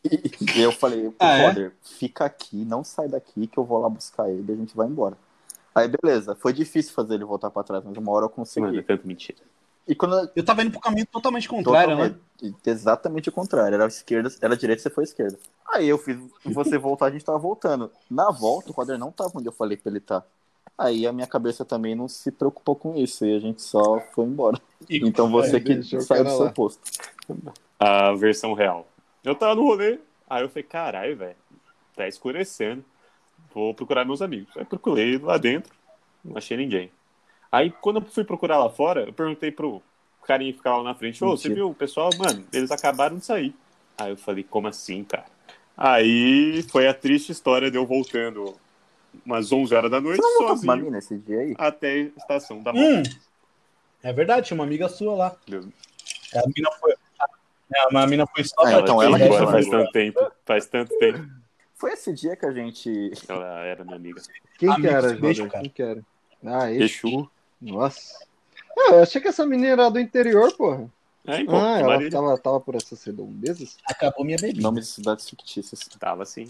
[SPEAKER 3] E eu falei,
[SPEAKER 2] Ah, é?
[SPEAKER 3] brother, fica aqui, não sai daqui que eu vou lá buscar ele e a gente vai embora. Aí beleza, foi difícil fazer ele voltar pra trás, mas uma hora eu
[SPEAKER 1] Mano, é
[SPEAKER 3] consegui.
[SPEAKER 1] tanto mentira.
[SPEAKER 3] E quando
[SPEAKER 2] Eu tava indo pro caminho totalmente contrário, né?
[SPEAKER 3] Totalmente- Exatamente o contrário. Era esquerda, era direita, você foi esquerda. Aí eu fiz você voltar, a gente tava voltando. Na volta, o quadro não tava onde eu falei pra ele tá. Aí a minha cabeça também não se preocupou com isso e a gente só foi embora.
[SPEAKER 2] E-
[SPEAKER 3] Então você que
[SPEAKER 4] deixa o
[SPEAKER 3] saiu do
[SPEAKER 4] cara lá.
[SPEAKER 3] seu posto.
[SPEAKER 1] A versão real. Eu tava no rolê, aí eu falei, caralho, velho, tá escurecendo. Vou procurar meus amigos. Aí procurei lá dentro, não achei ninguém. Aí quando eu fui procurar lá fora, eu perguntei pro carinha que ficava lá na frente, ô, você
[SPEAKER 3] Mentira.
[SPEAKER 1] viu o pessoal? Mano, eles acabaram de sair. Aí eu falei, como assim, cara? Aí foi a triste história de eu voltando umas 11 horas da noite,
[SPEAKER 3] Você não voltou com uma
[SPEAKER 1] sozinho,
[SPEAKER 3] mina esse dia aí?
[SPEAKER 1] até a estação da moto.
[SPEAKER 2] Hum, é verdade, tinha uma amiga sua lá.
[SPEAKER 1] Deus.
[SPEAKER 2] A mina foi. Não, mas a mina foi só.
[SPEAKER 3] Ah,
[SPEAKER 2] pra-
[SPEAKER 3] então
[SPEAKER 1] foi
[SPEAKER 3] ela que
[SPEAKER 1] embora
[SPEAKER 3] foi
[SPEAKER 1] faz
[SPEAKER 2] embora.
[SPEAKER 1] tanto tempo, faz tanto tempo
[SPEAKER 3] Foi esse dia que a gente.
[SPEAKER 1] que ela era minha amiga.
[SPEAKER 4] Quem que
[SPEAKER 2] Amigos,
[SPEAKER 4] era,
[SPEAKER 2] beijo,
[SPEAKER 4] Jota?
[SPEAKER 2] cara.
[SPEAKER 4] Quem que era? Ah, esse.
[SPEAKER 1] Exu.
[SPEAKER 4] Nossa. Ah, eu achei que essa menina era do interior, porra.
[SPEAKER 1] É, em Porto
[SPEAKER 4] Ah, ela
[SPEAKER 1] Marília.
[SPEAKER 4] tava, tava por essas redondezas?
[SPEAKER 2] Acabou minha bebida.
[SPEAKER 3] Nome de cidades fictícias.
[SPEAKER 2] tá-
[SPEAKER 1] Tava assim.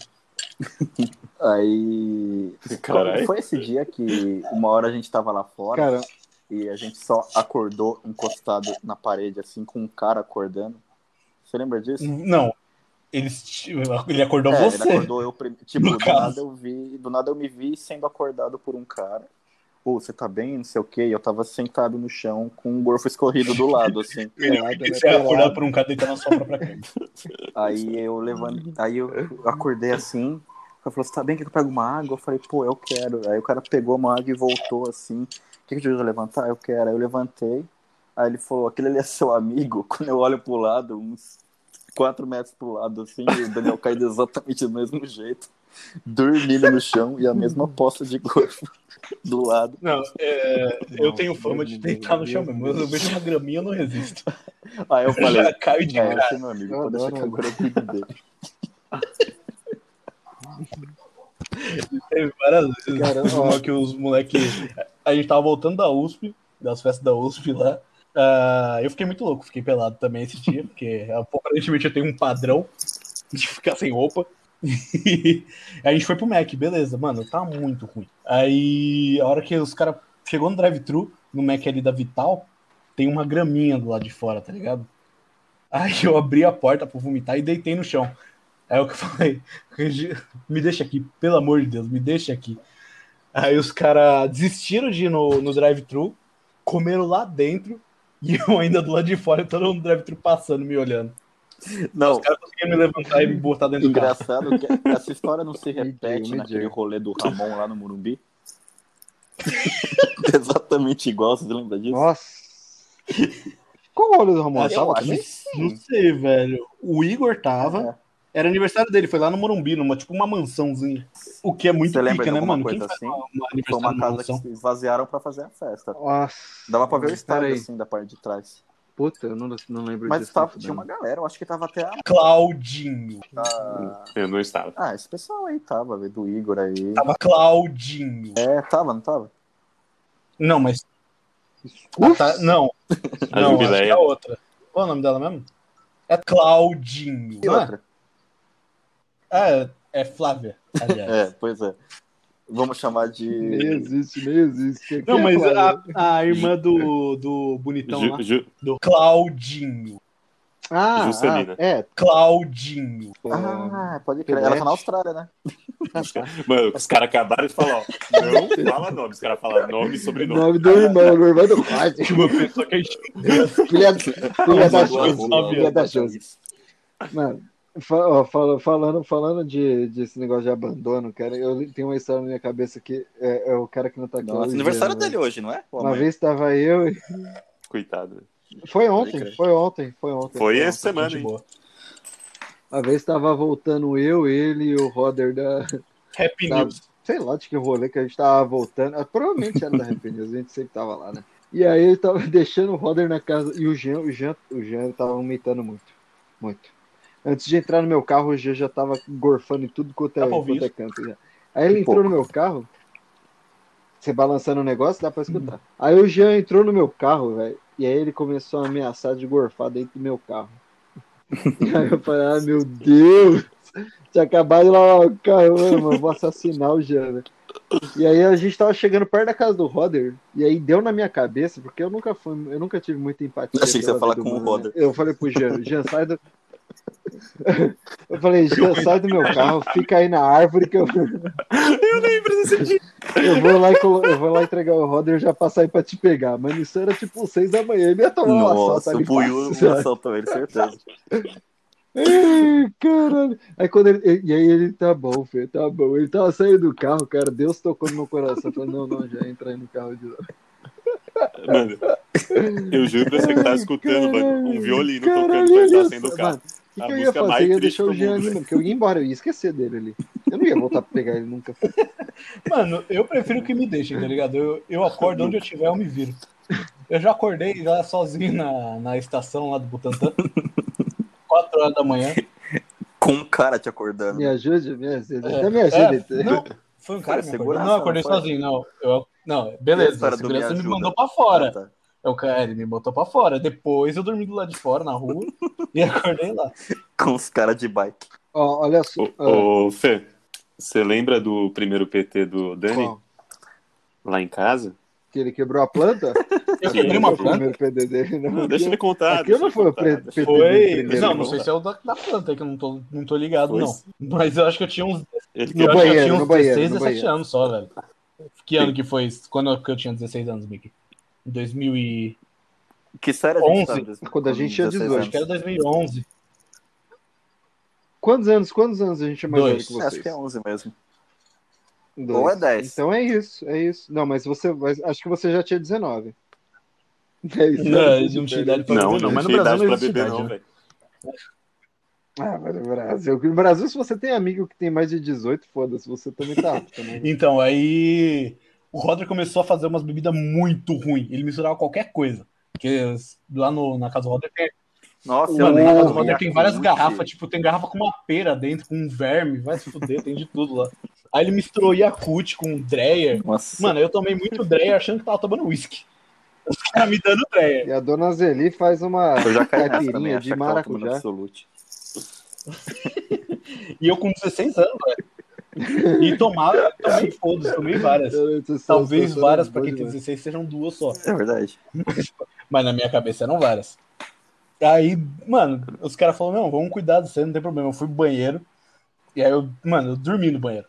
[SPEAKER 3] Aí.
[SPEAKER 1] Caralho.
[SPEAKER 3] Foi esse dia que uma hora a gente tava lá fora
[SPEAKER 4] Cara,
[SPEAKER 3] e a gente só acordou encostado na parede, assim, com um cara acordando. Você lembra disso?
[SPEAKER 2] Não. Eles, te- ele acordou
[SPEAKER 3] É,
[SPEAKER 2] Então você.
[SPEAKER 3] Ele acordou eu prim- Tipo,
[SPEAKER 2] No
[SPEAKER 3] do
[SPEAKER 2] caso.
[SPEAKER 3] nada eu vi. Do nada eu me vi sendo acordado por um cara. Pô, você tá bem? Não sei o quê. E eu tava sentado no chão com um gorfo escorrido do lado, assim.
[SPEAKER 4] pelada, né?
[SPEAKER 2] Você ia acordar
[SPEAKER 4] Pelada.
[SPEAKER 2] por um cara deitando na sua própria cama.
[SPEAKER 3] Aí eu levantei. Aí eu acordei assim. O cara falou, você tá bem? Quer que eu pegue uma água? Eu falei, pô, eu quero. Aí o cara pegou uma água e voltou assim. O que, que ajuda a levantar? Eu quero. Aí eu levantei. Aí ele falou, aquele ali é seu amigo. Quando eu olho pro lado, uns quatro metros pro lado, assim, e o Daniel cai exatamente do mesmo jeito. Dormindo no chão e a mesma poça de corpo do lado.
[SPEAKER 2] Não, é, eu tenho fama de deitar no chão mesmo. Eu vejo uma graminha, eu não resisto.
[SPEAKER 3] Aí eu
[SPEAKER 2] Eu
[SPEAKER 3] falei,
[SPEAKER 2] já caio de
[SPEAKER 3] é,
[SPEAKER 2] graça.
[SPEAKER 3] esse é meu amigo, pode deixar que agora eu cuido dele.
[SPEAKER 2] Teve várias vezes.
[SPEAKER 4] Cara, ó.
[SPEAKER 2] uma que os moleques. A gente tava voltando da USP, das festas da USP lá. Ah, eu fiquei muito louco, fiquei pelado também esse dia, porque aparentemente eu tenho um padrão de ficar sem roupa. E a gente foi pro Mac, beleza, mano, tá muito ruim. Aí a hora que os caras chegou no drive-thru, no Mac ali da Vital, tem uma graminha do lado de fora, tá ligado? Aí eu abri a porta pra vomitar e deitei no chão. Aí eu que falei, "Regi- me deixa aqui, pelo amor de Deus, me deixa aqui. Aí os caras desistiram de ir no, no drive-thru, comeram lá dentro e eu ainda do lado de fora, todo mundo no drive-thru passando, me olhando.
[SPEAKER 3] Não,
[SPEAKER 2] Os caras conseguiam me levantar e me botar dentro do carro.
[SPEAKER 3] Engraçado que essa história não se
[SPEAKER 4] Me
[SPEAKER 3] repete
[SPEAKER 4] diga, me
[SPEAKER 3] naquele
[SPEAKER 4] diga.
[SPEAKER 3] rolê do Ramon lá no Morumbi. Exatamente igual, você lembra disso?
[SPEAKER 4] Nossa. Qual o olho do Ramon?
[SPEAKER 2] Eu
[SPEAKER 4] Tava
[SPEAKER 3] acho
[SPEAKER 4] também?
[SPEAKER 3] que sim.
[SPEAKER 2] Não sei, velho. O Igor tava.
[SPEAKER 3] É.
[SPEAKER 2] Era aniversário dele, foi lá no Morumbi, numa, tipo uma mansãozinha. O que é muito
[SPEAKER 3] Você lembra
[SPEAKER 2] pica,
[SPEAKER 3] de
[SPEAKER 2] né,
[SPEAKER 3] alguma
[SPEAKER 2] mano?
[SPEAKER 3] coisa
[SPEAKER 2] Quem faz
[SPEAKER 3] assim?
[SPEAKER 2] uma
[SPEAKER 3] Foi
[SPEAKER 2] aniversário
[SPEAKER 3] uma
[SPEAKER 2] numa
[SPEAKER 3] casa que
[SPEAKER 2] mansão?
[SPEAKER 3] se esvaziaram pra fazer a festa.
[SPEAKER 4] Nossa.
[SPEAKER 3] Dava pra ver o estádio
[SPEAKER 4] Peraí.
[SPEAKER 3] assim da parte de trás.
[SPEAKER 4] Puta, eu não, não lembro
[SPEAKER 3] Mas
[SPEAKER 4] disso.
[SPEAKER 3] tava,
[SPEAKER 4] não.
[SPEAKER 3] tinha uma galera, eu acho que tava até a.
[SPEAKER 2] Claudinho.
[SPEAKER 1] Eu não estava.
[SPEAKER 3] Ah, esse pessoal aí tava, velho, do Igor aí.
[SPEAKER 2] Tava Claudinho.
[SPEAKER 3] É, tava, não tava?
[SPEAKER 2] Não, mas.
[SPEAKER 4] Ufa,
[SPEAKER 2] tá- não.
[SPEAKER 1] A
[SPEAKER 2] não, acho que é
[SPEAKER 1] Jubileia.
[SPEAKER 2] a outra. Qual é o nome dela mesmo? É Claudinho.
[SPEAKER 3] E
[SPEAKER 2] não é?
[SPEAKER 3] outra?
[SPEAKER 2] É, é Flávia, aliás.
[SPEAKER 3] É, pois é. Vamos chamar
[SPEAKER 4] Nem
[SPEAKER 3] de.
[SPEAKER 4] existe, nem existe.
[SPEAKER 2] Não, mas
[SPEAKER 4] a...
[SPEAKER 2] a, a irmã do, do bonitão Então lá,
[SPEAKER 1] Ju, Ju-
[SPEAKER 2] do Claudinho.
[SPEAKER 4] ah,
[SPEAKER 1] Juscelina.
[SPEAKER 4] ah, é.
[SPEAKER 2] Claudinho.
[SPEAKER 4] pô,
[SPEAKER 3] Ah, pode crer. Ela tá na Austrália, né?
[SPEAKER 1] Mano, os caras acabaram de falar, ó. Não fala nome. Os caras falaram nome e sobrenome.
[SPEAKER 4] Nome do irmão, o irmão do pai.
[SPEAKER 2] Uma pessoa que a gente
[SPEAKER 4] Filha, filha da Josi.
[SPEAKER 2] Óbvio.
[SPEAKER 4] Filha da Josi. Mano, fa- ó, fala- falando, falando de, desse negócio de abandono, cara, eu tenho uma história na minha cabeça que é, é o cara que não tá aqui.
[SPEAKER 3] Nossa,
[SPEAKER 4] hoje,
[SPEAKER 3] aniversário
[SPEAKER 4] né?
[SPEAKER 3] dele hoje, não é? Ou
[SPEAKER 4] Uma
[SPEAKER 3] amanhã?
[SPEAKER 4] vez tava eu. e-
[SPEAKER 1] Coitado.
[SPEAKER 4] Foi
[SPEAKER 3] Pode
[SPEAKER 4] ontem,
[SPEAKER 3] crer.
[SPEAKER 4] foi ontem, foi ontem.
[SPEAKER 1] Foi
[SPEAKER 4] ontem.
[SPEAKER 1] essa semana,
[SPEAKER 2] tá de
[SPEAKER 1] hein?
[SPEAKER 2] boa.
[SPEAKER 4] Uma vez tava voltando eu, ele e o Roder da.
[SPEAKER 2] Happy
[SPEAKER 4] Tá.
[SPEAKER 2] News.
[SPEAKER 4] Sei lá de que rolê que a gente tava voltando. Ah, Provavelmente era da Happy News, a gente sempre tava lá, né? E aí ele tava deixando o Roder na casa. E o Jean, o Jean, o Jean tava vomitando muito. Muito. Antes de entrar no meu carro, o Jean já tava gorfando em tudo quanto é,
[SPEAKER 2] Dá pra ouvir
[SPEAKER 4] quanto é canto. já. Aí ele
[SPEAKER 3] Um
[SPEAKER 4] entrou no meu carro, você balançando o negócio, dá pra escutar. Aí o Jean entrou no meu carro, velho, e aí ele começou a ameaçar de gorfar dentro do meu carro. aí eu falei, ah, meu Deus! Tinha acabado de lavar o carro, né, mano, mano, vou assassinar o Jean, velho. E aí a gente tava chegando perto da casa do Roder, e aí deu na minha cabeça, porque eu nunca fui, eu nunca tive muita empatia.
[SPEAKER 3] Achei que você ia
[SPEAKER 4] pela
[SPEAKER 3] falar
[SPEAKER 4] vida
[SPEAKER 3] com o
[SPEAKER 4] humana, né?
[SPEAKER 3] Roder.
[SPEAKER 4] Eu falei pro Jean, Jean, sai do. Eu falei, Jean, sai do meu carro, fica aí na árvore que eu.
[SPEAKER 1] Eu lembro desse dia.
[SPEAKER 4] Eu vou lá, e colo- eu vou lá entregar o Roder e já passar aí pra te pegar. Mano, isso era tipo seis da manhã. Ele ia tomar um assalto
[SPEAKER 3] Nossa,
[SPEAKER 4] ali.
[SPEAKER 3] o Buiu
[SPEAKER 4] fácil, sabe?
[SPEAKER 3] assaltou ele, certeza.
[SPEAKER 4] Ih, Caralho. Aí quando ele. E aí ele tá bom, Fê, tá bom. Ele tava saindo do carro, cara. Deus tocou no meu coração. Eu falei, não, não, já entra aí no carro de novo.
[SPEAKER 1] Mano, eu juro pra você que tá escutando, mano, um violino tocando
[SPEAKER 4] ele
[SPEAKER 1] pra
[SPEAKER 4] ia-
[SPEAKER 1] estar sendo o carro.
[SPEAKER 4] é Mano, o que,
[SPEAKER 1] A
[SPEAKER 4] que eu ia
[SPEAKER 1] música
[SPEAKER 4] fazer?
[SPEAKER 1] mais
[SPEAKER 4] Eu ia
[SPEAKER 1] triste
[SPEAKER 4] deixar o
[SPEAKER 1] do
[SPEAKER 4] Jean
[SPEAKER 1] mundo,
[SPEAKER 4] ali,
[SPEAKER 1] velho.
[SPEAKER 4] mano, porque eu ia embora, eu ia esquecer dele ali. Eu não ia voltar pra pegar ele nunca.
[SPEAKER 2] Mano, eu prefiro que me deixem, tá ligado? Eu, eu acordo onde eu tiver, eu me viro. Eu já acordei lá sozinho na, na estação lá do Butantã. 4 horas da manhã.
[SPEAKER 3] Com um cara te acordando.
[SPEAKER 4] Me ajude, me ajude.
[SPEAKER 2] É,
[SPEAKER 4] Até me ajude.
[SPEAKER 2] É, não, foi um cara
[SPEAKER 3] Cara,
[SPEAKER 2] que me acordou.
[SPEAKER 3] segurança,
[SPEAKER 2] Não, eu acordei
[SPEAKER 3] não foi?
[SPEAKER 2] sozinho, não. Eu, não,
[SPEAKER 3] E a
[SPEAKER 2] beleza.
[SPEAKER 3] história
[SPEAKER 2] A
[SPEAKER 3] do me
[SPEAKER 2] segurança me
[SPEAKER 3] ajuda?
[SPEAKER 2] mandou pra fora.
[SPEAKER 3] Ah, tá.
[SPEAKER 2] Eu, cara, ele me botou pra fora. Depois eu dormi do lado de fora, na rua, e acordei lá.
[SPEAKER 3] Com os caras de bike.
[SPEAKER 4] Ó, olha só.
[SPEAKER 2] Ah.
[SPEAKER 4] ó,
[SPEAKER 1] Ô, ô, Fê, você lembra do primeiro PT do Dani
[SPEAKER 4] ó,
[SPEAKER 1] lá em casa?
[SPEAKER 4] que ele quebrou a planta?
[SPEAKER 2] Eu quebrei uma
[SPEAKER 4] Não foi o
[SPEAKER 2] planta.
[SPEAKER 4] primeiro PD dele, né? não.
[SPEAKER 1] Não, deixa
[SPEAKER 2] é-
[SPEAKER 1] ele contar. deixa
[SPEAKER 4] Aquilo não
[SPEAKER 1] ele
[SPEAKER 4] foi o
[SPEAKER 1] contar,
[SPEAKER 4] pre-
[SPEAKER 1] deixa-
[SPEAKER 4] PT dele
[SPEAKER 2] Foi.
[SPEAKER 4] primeiro,
[SPEAKER 2] Não, não
[SPEAKER 4] não.
[SPEAKER 2] sei se é o da, da planta, que eu não tô, não tô ligado,
[SPEAKER 1] Foi.
[SPEAKER 2] não. Mas eu acho que eu tinha uns
[SPEAKER 1] Ele
[SPEAKER 4] No
[SPEAKER 2] eu
[SPEAKER 1] quebrou-
[SPEAKER 2] acho que eu
[SPEAKER 4] banheiro,
[SPEAKER 2] tinha uns
[SPEAKER 4] no banheiro,
[SPEAKER 2] 16,
[SPEAKER 4] no
[SPEAKER 2] 17
[SPEAKER 4] banheiro.
[SPEAKER 2] anos só, velho. Que ano que foi? isso? Quando eu- que eu tinha 16 anos, Mickey? Em 2000 e...
[SPEAKER 3] Que série a gente
[SPEAKER 2] 11,
[SPEAKER 3] tava-
[SPEAKER 4] quando a gente tinha
[SPEAKER 3] 16
[SPEAKER 4] 18.
[SPEAKER 2] Acho que era 2011.
[SPEAKER 4] Quantos anos? Quantos anos a gente é mais
[SPEAKER 2] Dois.
[SPEAKER 4] velho que
[SPEAKER 3] anos. Acho
[SPEAKER 4] vocês?
[SPEAKER 3] que é 11 mesmo.
[SPEAKER 4] Dois.
[SPEAKER 3] Ou é 10.
[SPEAKER 4] Então é isso, é isso. Não, mas você. mas acho que você já tinha 19. É isso.
[SPEAKER 2] Não, não tinha idade pra
[SPEAKER 1] Não,
[SPEAKER 2] beber,
[SPEAKER 1] não,
[SPEAKER 2] não. Mas no
[SPEAKER 1] tinha idade
[SPEAKER 2] Brasil
[SPEAKER 1] pra
[SPEAKER 2] não existe
[SPEAKER 1] beber,
[SPEAKER 2] idade,
[SPEAKER 1] não,
[SPEAKER 2] né?
[SPEAKER 1] velho.
[SPEAKER 4] Ah, mas no Brasil. No Brasil, se você tem amigo que tem mais de 18, foda-se, você também tá apto, né?
[SPEAKER 2] Então, aí o Roder começou a fazer umas bebidas muito ruins. Ele misturava qualquer coisa. Porque lá no, na casa do Roder tem,
[SPEAKER 3] Nossa,
[SPEAKER 2] mano, na
[SPEAKER 3] eu
[SPEAKER 2] casa do
[SPEAKER 3] lembro do
[SPEAKER 2] Roder tem várias
[SPEAKER 3] Yakult.
[SPEAKER 2] garrafas. Tipo, tem garrafa com uma pera dentro, com um verme. Vai se fuder, tem de tudo lá. Aí ele misturou Yakut com Dreyer.
[SPEAKER 3] Nossa,
[SPEAKER 2] Mano, eu tomei muito Dreyer achando que tava tomando uísque. Os caras me dando Dreyer.
[SPEAKER 4] E a dona Zeli faz uma
[SPEAKER 3] eu já caí nessa né? é também.
[SPEAKER 4] caipirinha
[SPEAKER 3] achar
[SPEAKER 4] de
[SPEAKER 3] que tava tomando
[SPEAKER 4] maracujá.
[SPEAKER 3] Absolute.
[SPEAKER 2] E eu com 16 anos, velho. E tomava, tomei todas, tomei várias. Talvez várias, pra quem tem
[SPEAKER 4] né?
[SPEAKER 2] 16, sejam duas só.
[SPEAKER 3] É verdade.
[SPEAKER 2] Mas na minha cabeça eram várias. Aí, mano, os caras falaram, não, vamos cuidar disso, aí, não tem problema. Eu fui pro banheiro. E aí eu, mano, eu dormi no banheiro.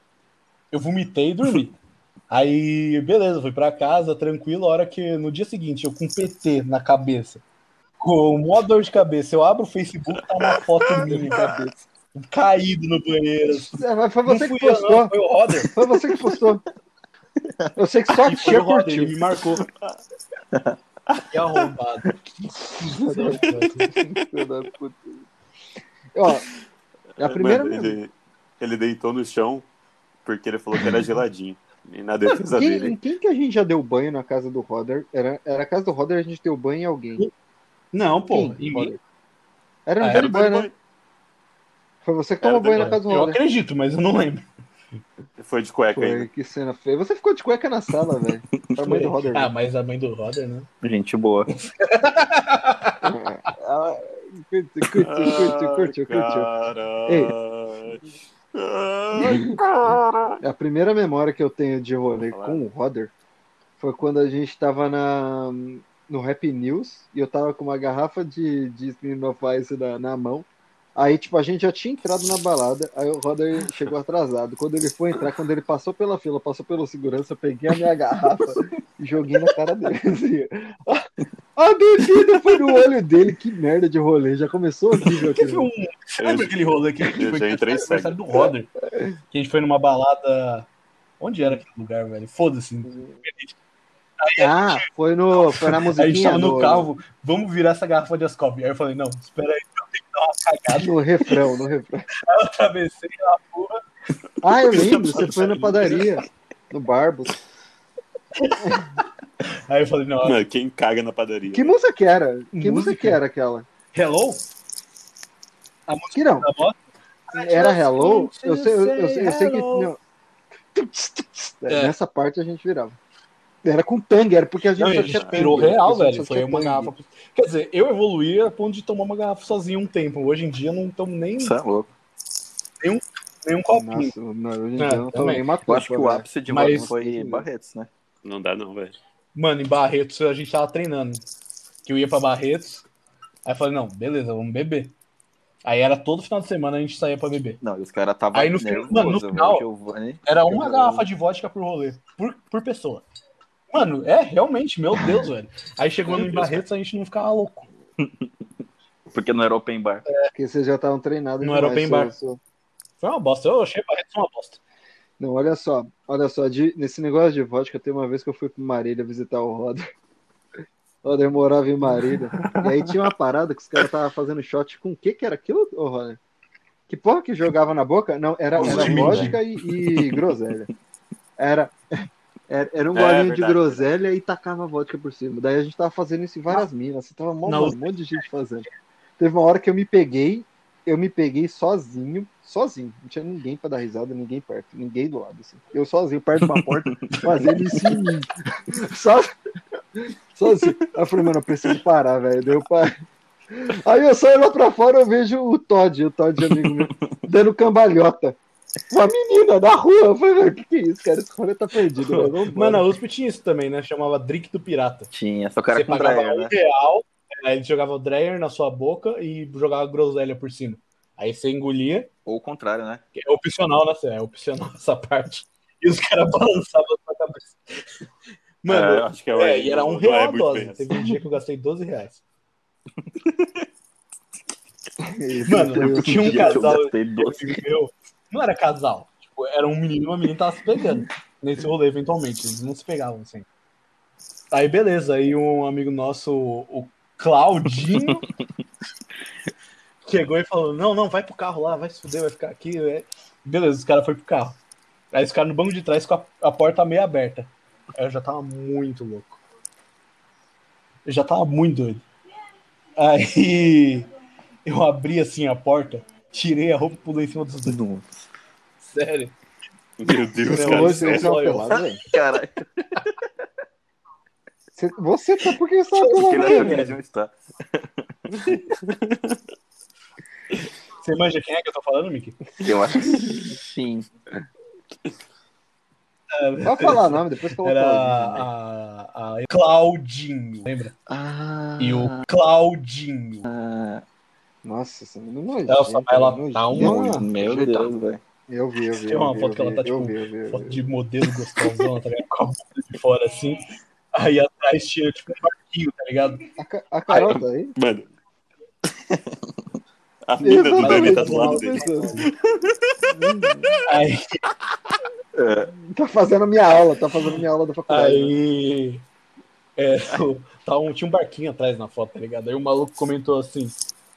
[SPEAKER 2] Eu vomitei e dormi. Aí, beleza, fui pra casa, tranquilo, a hora que no dia seguinte eu com PT na cabeça. Com uma dor de cabeça, eu abro o Facebook, tá uma foto minha, caído no banheiro. assim.
[SPEAKER 4] É, mas foi você
[SPEAKER 2] não
[SPEAKER 4] que
[SPEAKER 2] fui eu, não,
[SPEAKER 4] postou.
[SPEAKER 2] foi o Roder.
[SPEAKER 4] Foi você que postou. Eu sei que só a
[SPEAKER 2] E foi
[SPEAKER 4] tia
[SPEAKER 2] o Roder,
[SPEAKER 4] curtiu.
[SPEAKER 2] ele me marcou. Que arrombado.
[SPEAKER 4] Filho da puta. Ó, é a primeira
[SPEAKER 1] Mano,
[SPEAKER 4] mesmo.
[SPEAKER 1] ele, ele deitou no chão porque ele falou que era geladinho. E na defesa
[SPEAKER 4] Quem,
[SPEAKER 1] dele.
[SPEAKER 4] em quem que a gente já deu banho na casa do Roder? Era, era a casa do Roder, a gente deu banho em alguém.
[SPEAKER 2] Não, pô,
[SPEAKER 4] Quem,
[SPEAKER 2] em mim.
[SPEAKER 4] Roder? Era no
[SPEAKER 2] Ah,
[SPEAKER 4] ah,
[SPEAKER 2] era
[SPEAKER 1] Era
[SPEAKER 4] banho,
[SPEAKER 1] banho,
[SPEAKER 4] né? Foi você que
[SPEAKER 1] Era
[SPEAKER 4] tomou
[SPEAKER 1] do
[SPEAKER 4] banho na
[SPEAKER 1] banho.
[SPEAKER 4] casa do
[SPEAKER 2] Eu
[SPEAKER 4] Roder.
[SPEAKER 2] acredito, mas eu não lembro.
[SPEAKER 1] né? Foi de cueca
[SPEAKER 4] Foi,
[SPEAKER 1] ainda.
[SPEAKER 4] que cena feia. Você ficou de cueca na sala, velho. Foi a mãe do Roder. né?
[SPEAKER 2] Ah, mas a mãe do Roder, né?
[SPEAKER 3] Gente boa.
[SPEAKER 4] Ah, curte, curte,
[SPEAKER 1] Ah,
[SPEAKER 4] curte, curte, curte.
[SPEAKER 1] Caralho. Ai,
[SPEAKER 4] A primeira memória que eu tenho de rolê
[SPEAKER 1] Vamos lá.
[SPEAKER 4] com o Roder foi quando a gente tava na, no Rap News e eu tava com uma garrafa de, de Smirnoff Ice na, na mão. Aí, tipo, a gente já tinha entrado na balada, aí o Roder chegou atrasado. Quando ele foi entrar, quando ele passou pela fila, passou pelo segurança, eu peguei a minha garrafa e joguei na cara dele. assim. A, a bebida foi no olho dele, que merda de rolê. Já começou horrível aqui.
[SPEAKER 2] Teve um. Você lembra aquele rolê que a gente
[SPEAKER 1] eu
[SPEAKER 2] foi
[SPEAKER 1] já
[SPEAKER 2] que
[SPEAKER 1] entrei
[SPEAKER 2] era aniversário do Roder? Que a gente foi numa balada. Onde era aquele lugar, velho? Foda-se.
[SPEAKER 4] Ah, foi, no, foi na
[SPEAKER 2] Aí a gente
[SPEAKER 4] musiquinha.
[SPEAKER 2] tava no
[SPEAKER 4] do-
[SPEAKER 2] carro, vamos virar essa garrafa de Ascov. Aí eu falei, não, espera aí, eu tenho que dar uma cagada.
[SPEAKER 4] No refrão, no refrão.
[SPEAKER 2] Eu atravessei a rua.
[SPEAKER 4] Ah, eu lembro, você foi na padaria, no Barbos.
[SPEAKER 2] Aí eu falei, não,
[SPEAKER 1] Mano, quem caga na padaria?
[SPEAKER 4] Que música que era? Que música,
[SPEAKER 2] Música?
[SPEAKER 4] que era aquela?
[SPEAKER 2] hello? A música
[SPEAKER 4] Que não.
[SPEAKER 2] da moto.
[SPEAKER 4] Era Hello? Eu sei, eu, eu sei, eu sei que.
[SPEAKER 2] Hello.
[SPEAKER 4] não.
[SPEAKER 2] É.
[SPEAKER 4] Nessa parte a gente virava. Era com tangue, era porque a gente
[SPEAKER 2] Não,
[SPEAKER 4] só
[SPEAKER 2] ele
[SPEAKER 4] tinha
[SPEAKER 2] virou
[SPEAKER 4] tangue,
[SPEAKER 2] real,
[SPEAKER 4] a gente
[SPEAKER 2] velho.
[SPEAKER 4] só
[SPEAKER 2] Foi
[SPEAKER 4] tinha
[SPEAKER 2] uma
[SPEAKER 4] tangue.
[SPEAKER 2] garrafa. Quer dizer, eu evoluí a ponto de tomar uma garrafa sozinho um tempo. Hoje em dia não tomo nem,
[SPEAKER 3] Isso é louco.
[SPEAKER 2] nem um copinho.
[SPEAKER 4] Nossa, não, hoje em
[SPEAKER 2] É,
[SPEAKER 4] dia eu não tô
[SPEAKER 2] também.
[SPEAKER 4] nem né? matando.
[SPEAKER 3] Eu acho que o ápice de
[SPEAKER 2] Mas-
[SPEAKER 3] né? Mas... foi Barretos, né?
[SPEAKER 1] Não dá, não, velho.
[SPEAKER 2] Mano, em Barretos a gente tava treinando. Que eu ia pra Barretos. Aí eu falei, não, beleza, vamos beber. Aí era todo final de semana a gente saía pra beber.
[SPEAKER 3] Não, e os caras estavam
[SPEAKER 2] Aí no final- mano, no final- Era uma
[SPEAKER 3] Eu-
[SPEAKER 2] garrafa de vodka por rolê, por, por pessoa. Mano, é realmente, meu Deus, velho. Aí chegou no Barretos, a gente não ficava louco.
[SPEAKER 3] Porque não era open bar.
[SPEAKER 4] Porque vocês já estavam treinados.
[SPEAKER 2] Não era
[SPEAKER 4] demais,
[SPEAKER 2] open bar.
[SPEAKER 4] seu- seu-
[SPEAKER 2] Foi uma bosta, eu achei Barretos uma bosta.
[SPEAKER 4] Não, olha só, olha só, de- nesse negócio de vodka, tem uma vez que eu fui pro Marília visitar o Roder. O Roder morava em Marília. E aí tinha uma parada que os caras estavam fazendo shot com o que que era aquilo, ô Roder? Que porra que jogava na boca? Não, era, era
[SPEAKER 2] Gin,
[SPEAKER 4] vodka e, e groselha. Era, era, era um
[SPEAKER 1] É,
[SPEAKER 4] golinho de
[SPEAKER 1] verdade.
[SPEAKER 4] groselha e tacava vodka por cima. Daí a gente tava fazendo isso em várias minas, assim, tava mó-
[SPEAKER 2] Na
[SPEAKER 4] um monte de gente fazendo. Teve uma hora que eu me peguei, eu me peguei sozinho, sozinho. Não tinha ninguém pra dar risada, ninguém perto, ninguém do lado. assim. Eu sozinho, perto de uma porta, fazendo isso em mim. Só, sozinho. Aí eu falei, mano, eu preciso parar, velho. Deu pra... Aí eu saio lá pra fora, eu vejo o Todd, o Todd amigo meu, dando cambalhota. Uma menina da rua. Eu falei, velho, o que, que é isso, cara? Esse cara tá perdido. velho. Vamos embora.
[SPEAKER 2] Mano, a USP tinha isso também, né? Chamava Drink do Pirata.
[SPEAKER 3] Tinha, só o cara
[SPEAKER 2] Você
[SPEAKER 3] com
[SPEAKER 2] pagava
[SPEAKER 3] dryer,
[SPEAKER 2] um
[SPEAKER 3] né?
[SPEAKER 2] real, aí ele jogava o Dreyer na sua boca e jogava groselha por cima. Aí você engolia,
[SPEAKER 3] Ou o contrário, né?
[SPEAKER 2] que é opcional, né? É opcional essa parte. E os caras balançavam a sua cabeça. Mano,
[SPEAKER 1] É, acho que é, o-
[SPEAKER 2] É, e era um
[SPEAKER 1] não
[SPEAKER 2] real a
[SPEAKER 1] muito
[SPEAKER 2] dose.
[SPEAKER 1] bem. assim.
[SPEAKER 2] Teve um dia que eu gastei 12 reais.
[SPEAKER 4] Esse foi
[SPEAKER 2] Mano,
[SPEAKER 4] o-
[SPEAKER 2] tinha um
[SPEAKER 3] Dia que eu
[SPEAKER 2] casal
[SPEAKER 3] gastei doce.
[SPEAKER 2] amigo meu. Não era casal. Tipo, era um menino e uma menina que tava se pegando. Nesse rolê, eventualmente. Eles não se pegavam assim. Aí, beleza. Aí um amigo nosso, o Claudinho, chegou e falou: Não, não, vai pro carro lá, vai se fuder, vai ficar aqui. é." Beleza, os caras foram pro carro. Aí os caras no banco de trás com a, a porta meio aberta. Aí eu já tava muito louco. Eu já tava muito doido. Aí eu abri assim a porta, tirei a roupa e pulei em cima dos dois. Sério.
[SPEAKER 1] Meu Deus,
[SPEAKER 2] Não,
[SPEAKER 1] cara.
[SPEAKER 4] Você
[SPEAKER 1] sério.
[SPEAKER 2] hoje-
[SPEAKER 4] tá
[SPEAKER 2] Só eu.
[SPEAKER 4] pelado, velho?
[SPEAKER 3] Caralho,
[SPEAKER 4] Você, você tá por que você tá
[SPEAKER 3] porque ele achou
[SPEAKER 4] pelado?
[SPEAKER 3] que
[SPEAKER 4] velho?
[SPEAKER 3] eles iam estar.
[SPEAKER 2] Você manja quem é que eu tô falando, Mickey?
[SPEAKER 3] Eu acho que sim.
[SPEAKER 4] Pode falar o nome, depois coloca né?
[SPEAKER 2] Era
[SPEAKER 4] lá.
[SPEAKER 2] a, a Claudinho, lembra?
[SPEAKER 3] Ah,
[SPEAKER 2] E o Claudinho.
[SPEAKER 4] Nossa, você não nojenta,
[SPEAKER 2] Nossa, mas ela
[SPEAKER 4] nojenta.
[SPEAKER 2] tá uma-
[SPEAKER 3] meu
[SPEAKER 4] Jeitão.
[SPEAKER 3] Deus, velho.
[SPEAKER 4] Eu né? vi, eu vi.
[SPEAKER 2] Tem uma
[SPEAKER 4] eu vi,
[SPEAKER 2] foto que
[SPEAKER 4] eu
[SPEAKER 2] ela tá,
[SPEAKER 4] vi, eu
[SPEAKER 2] tipo,
[SPEAKER 4] vi, eu vi, eu
[SPEAKER 2] Foto
[SPEAKER 4] vi.
[SPEAKER 2] de modelo gostosão, tá ligado? Com a bunda de fora assim. Aí atrás tinha tipo um barquinho, tá ligado?
[SPEAKER 4] A, Ca- a Carol tá aí?
[SPEAKER 1] Mano. A mina do Dani tá do lado
[SPEAKER 4] Exatamente,
[SPEAKER 1] dele.
[SPEAKER 2] Aí,
[SPEAKER 4] Tá fazendo minha aula, tá fazendo minha aula da faculdade. né?
[SPEAKER 2] aí é, o- tá um, tinha um barquinho atrás na foto, tá ligado? Aí o maluco comentou assim,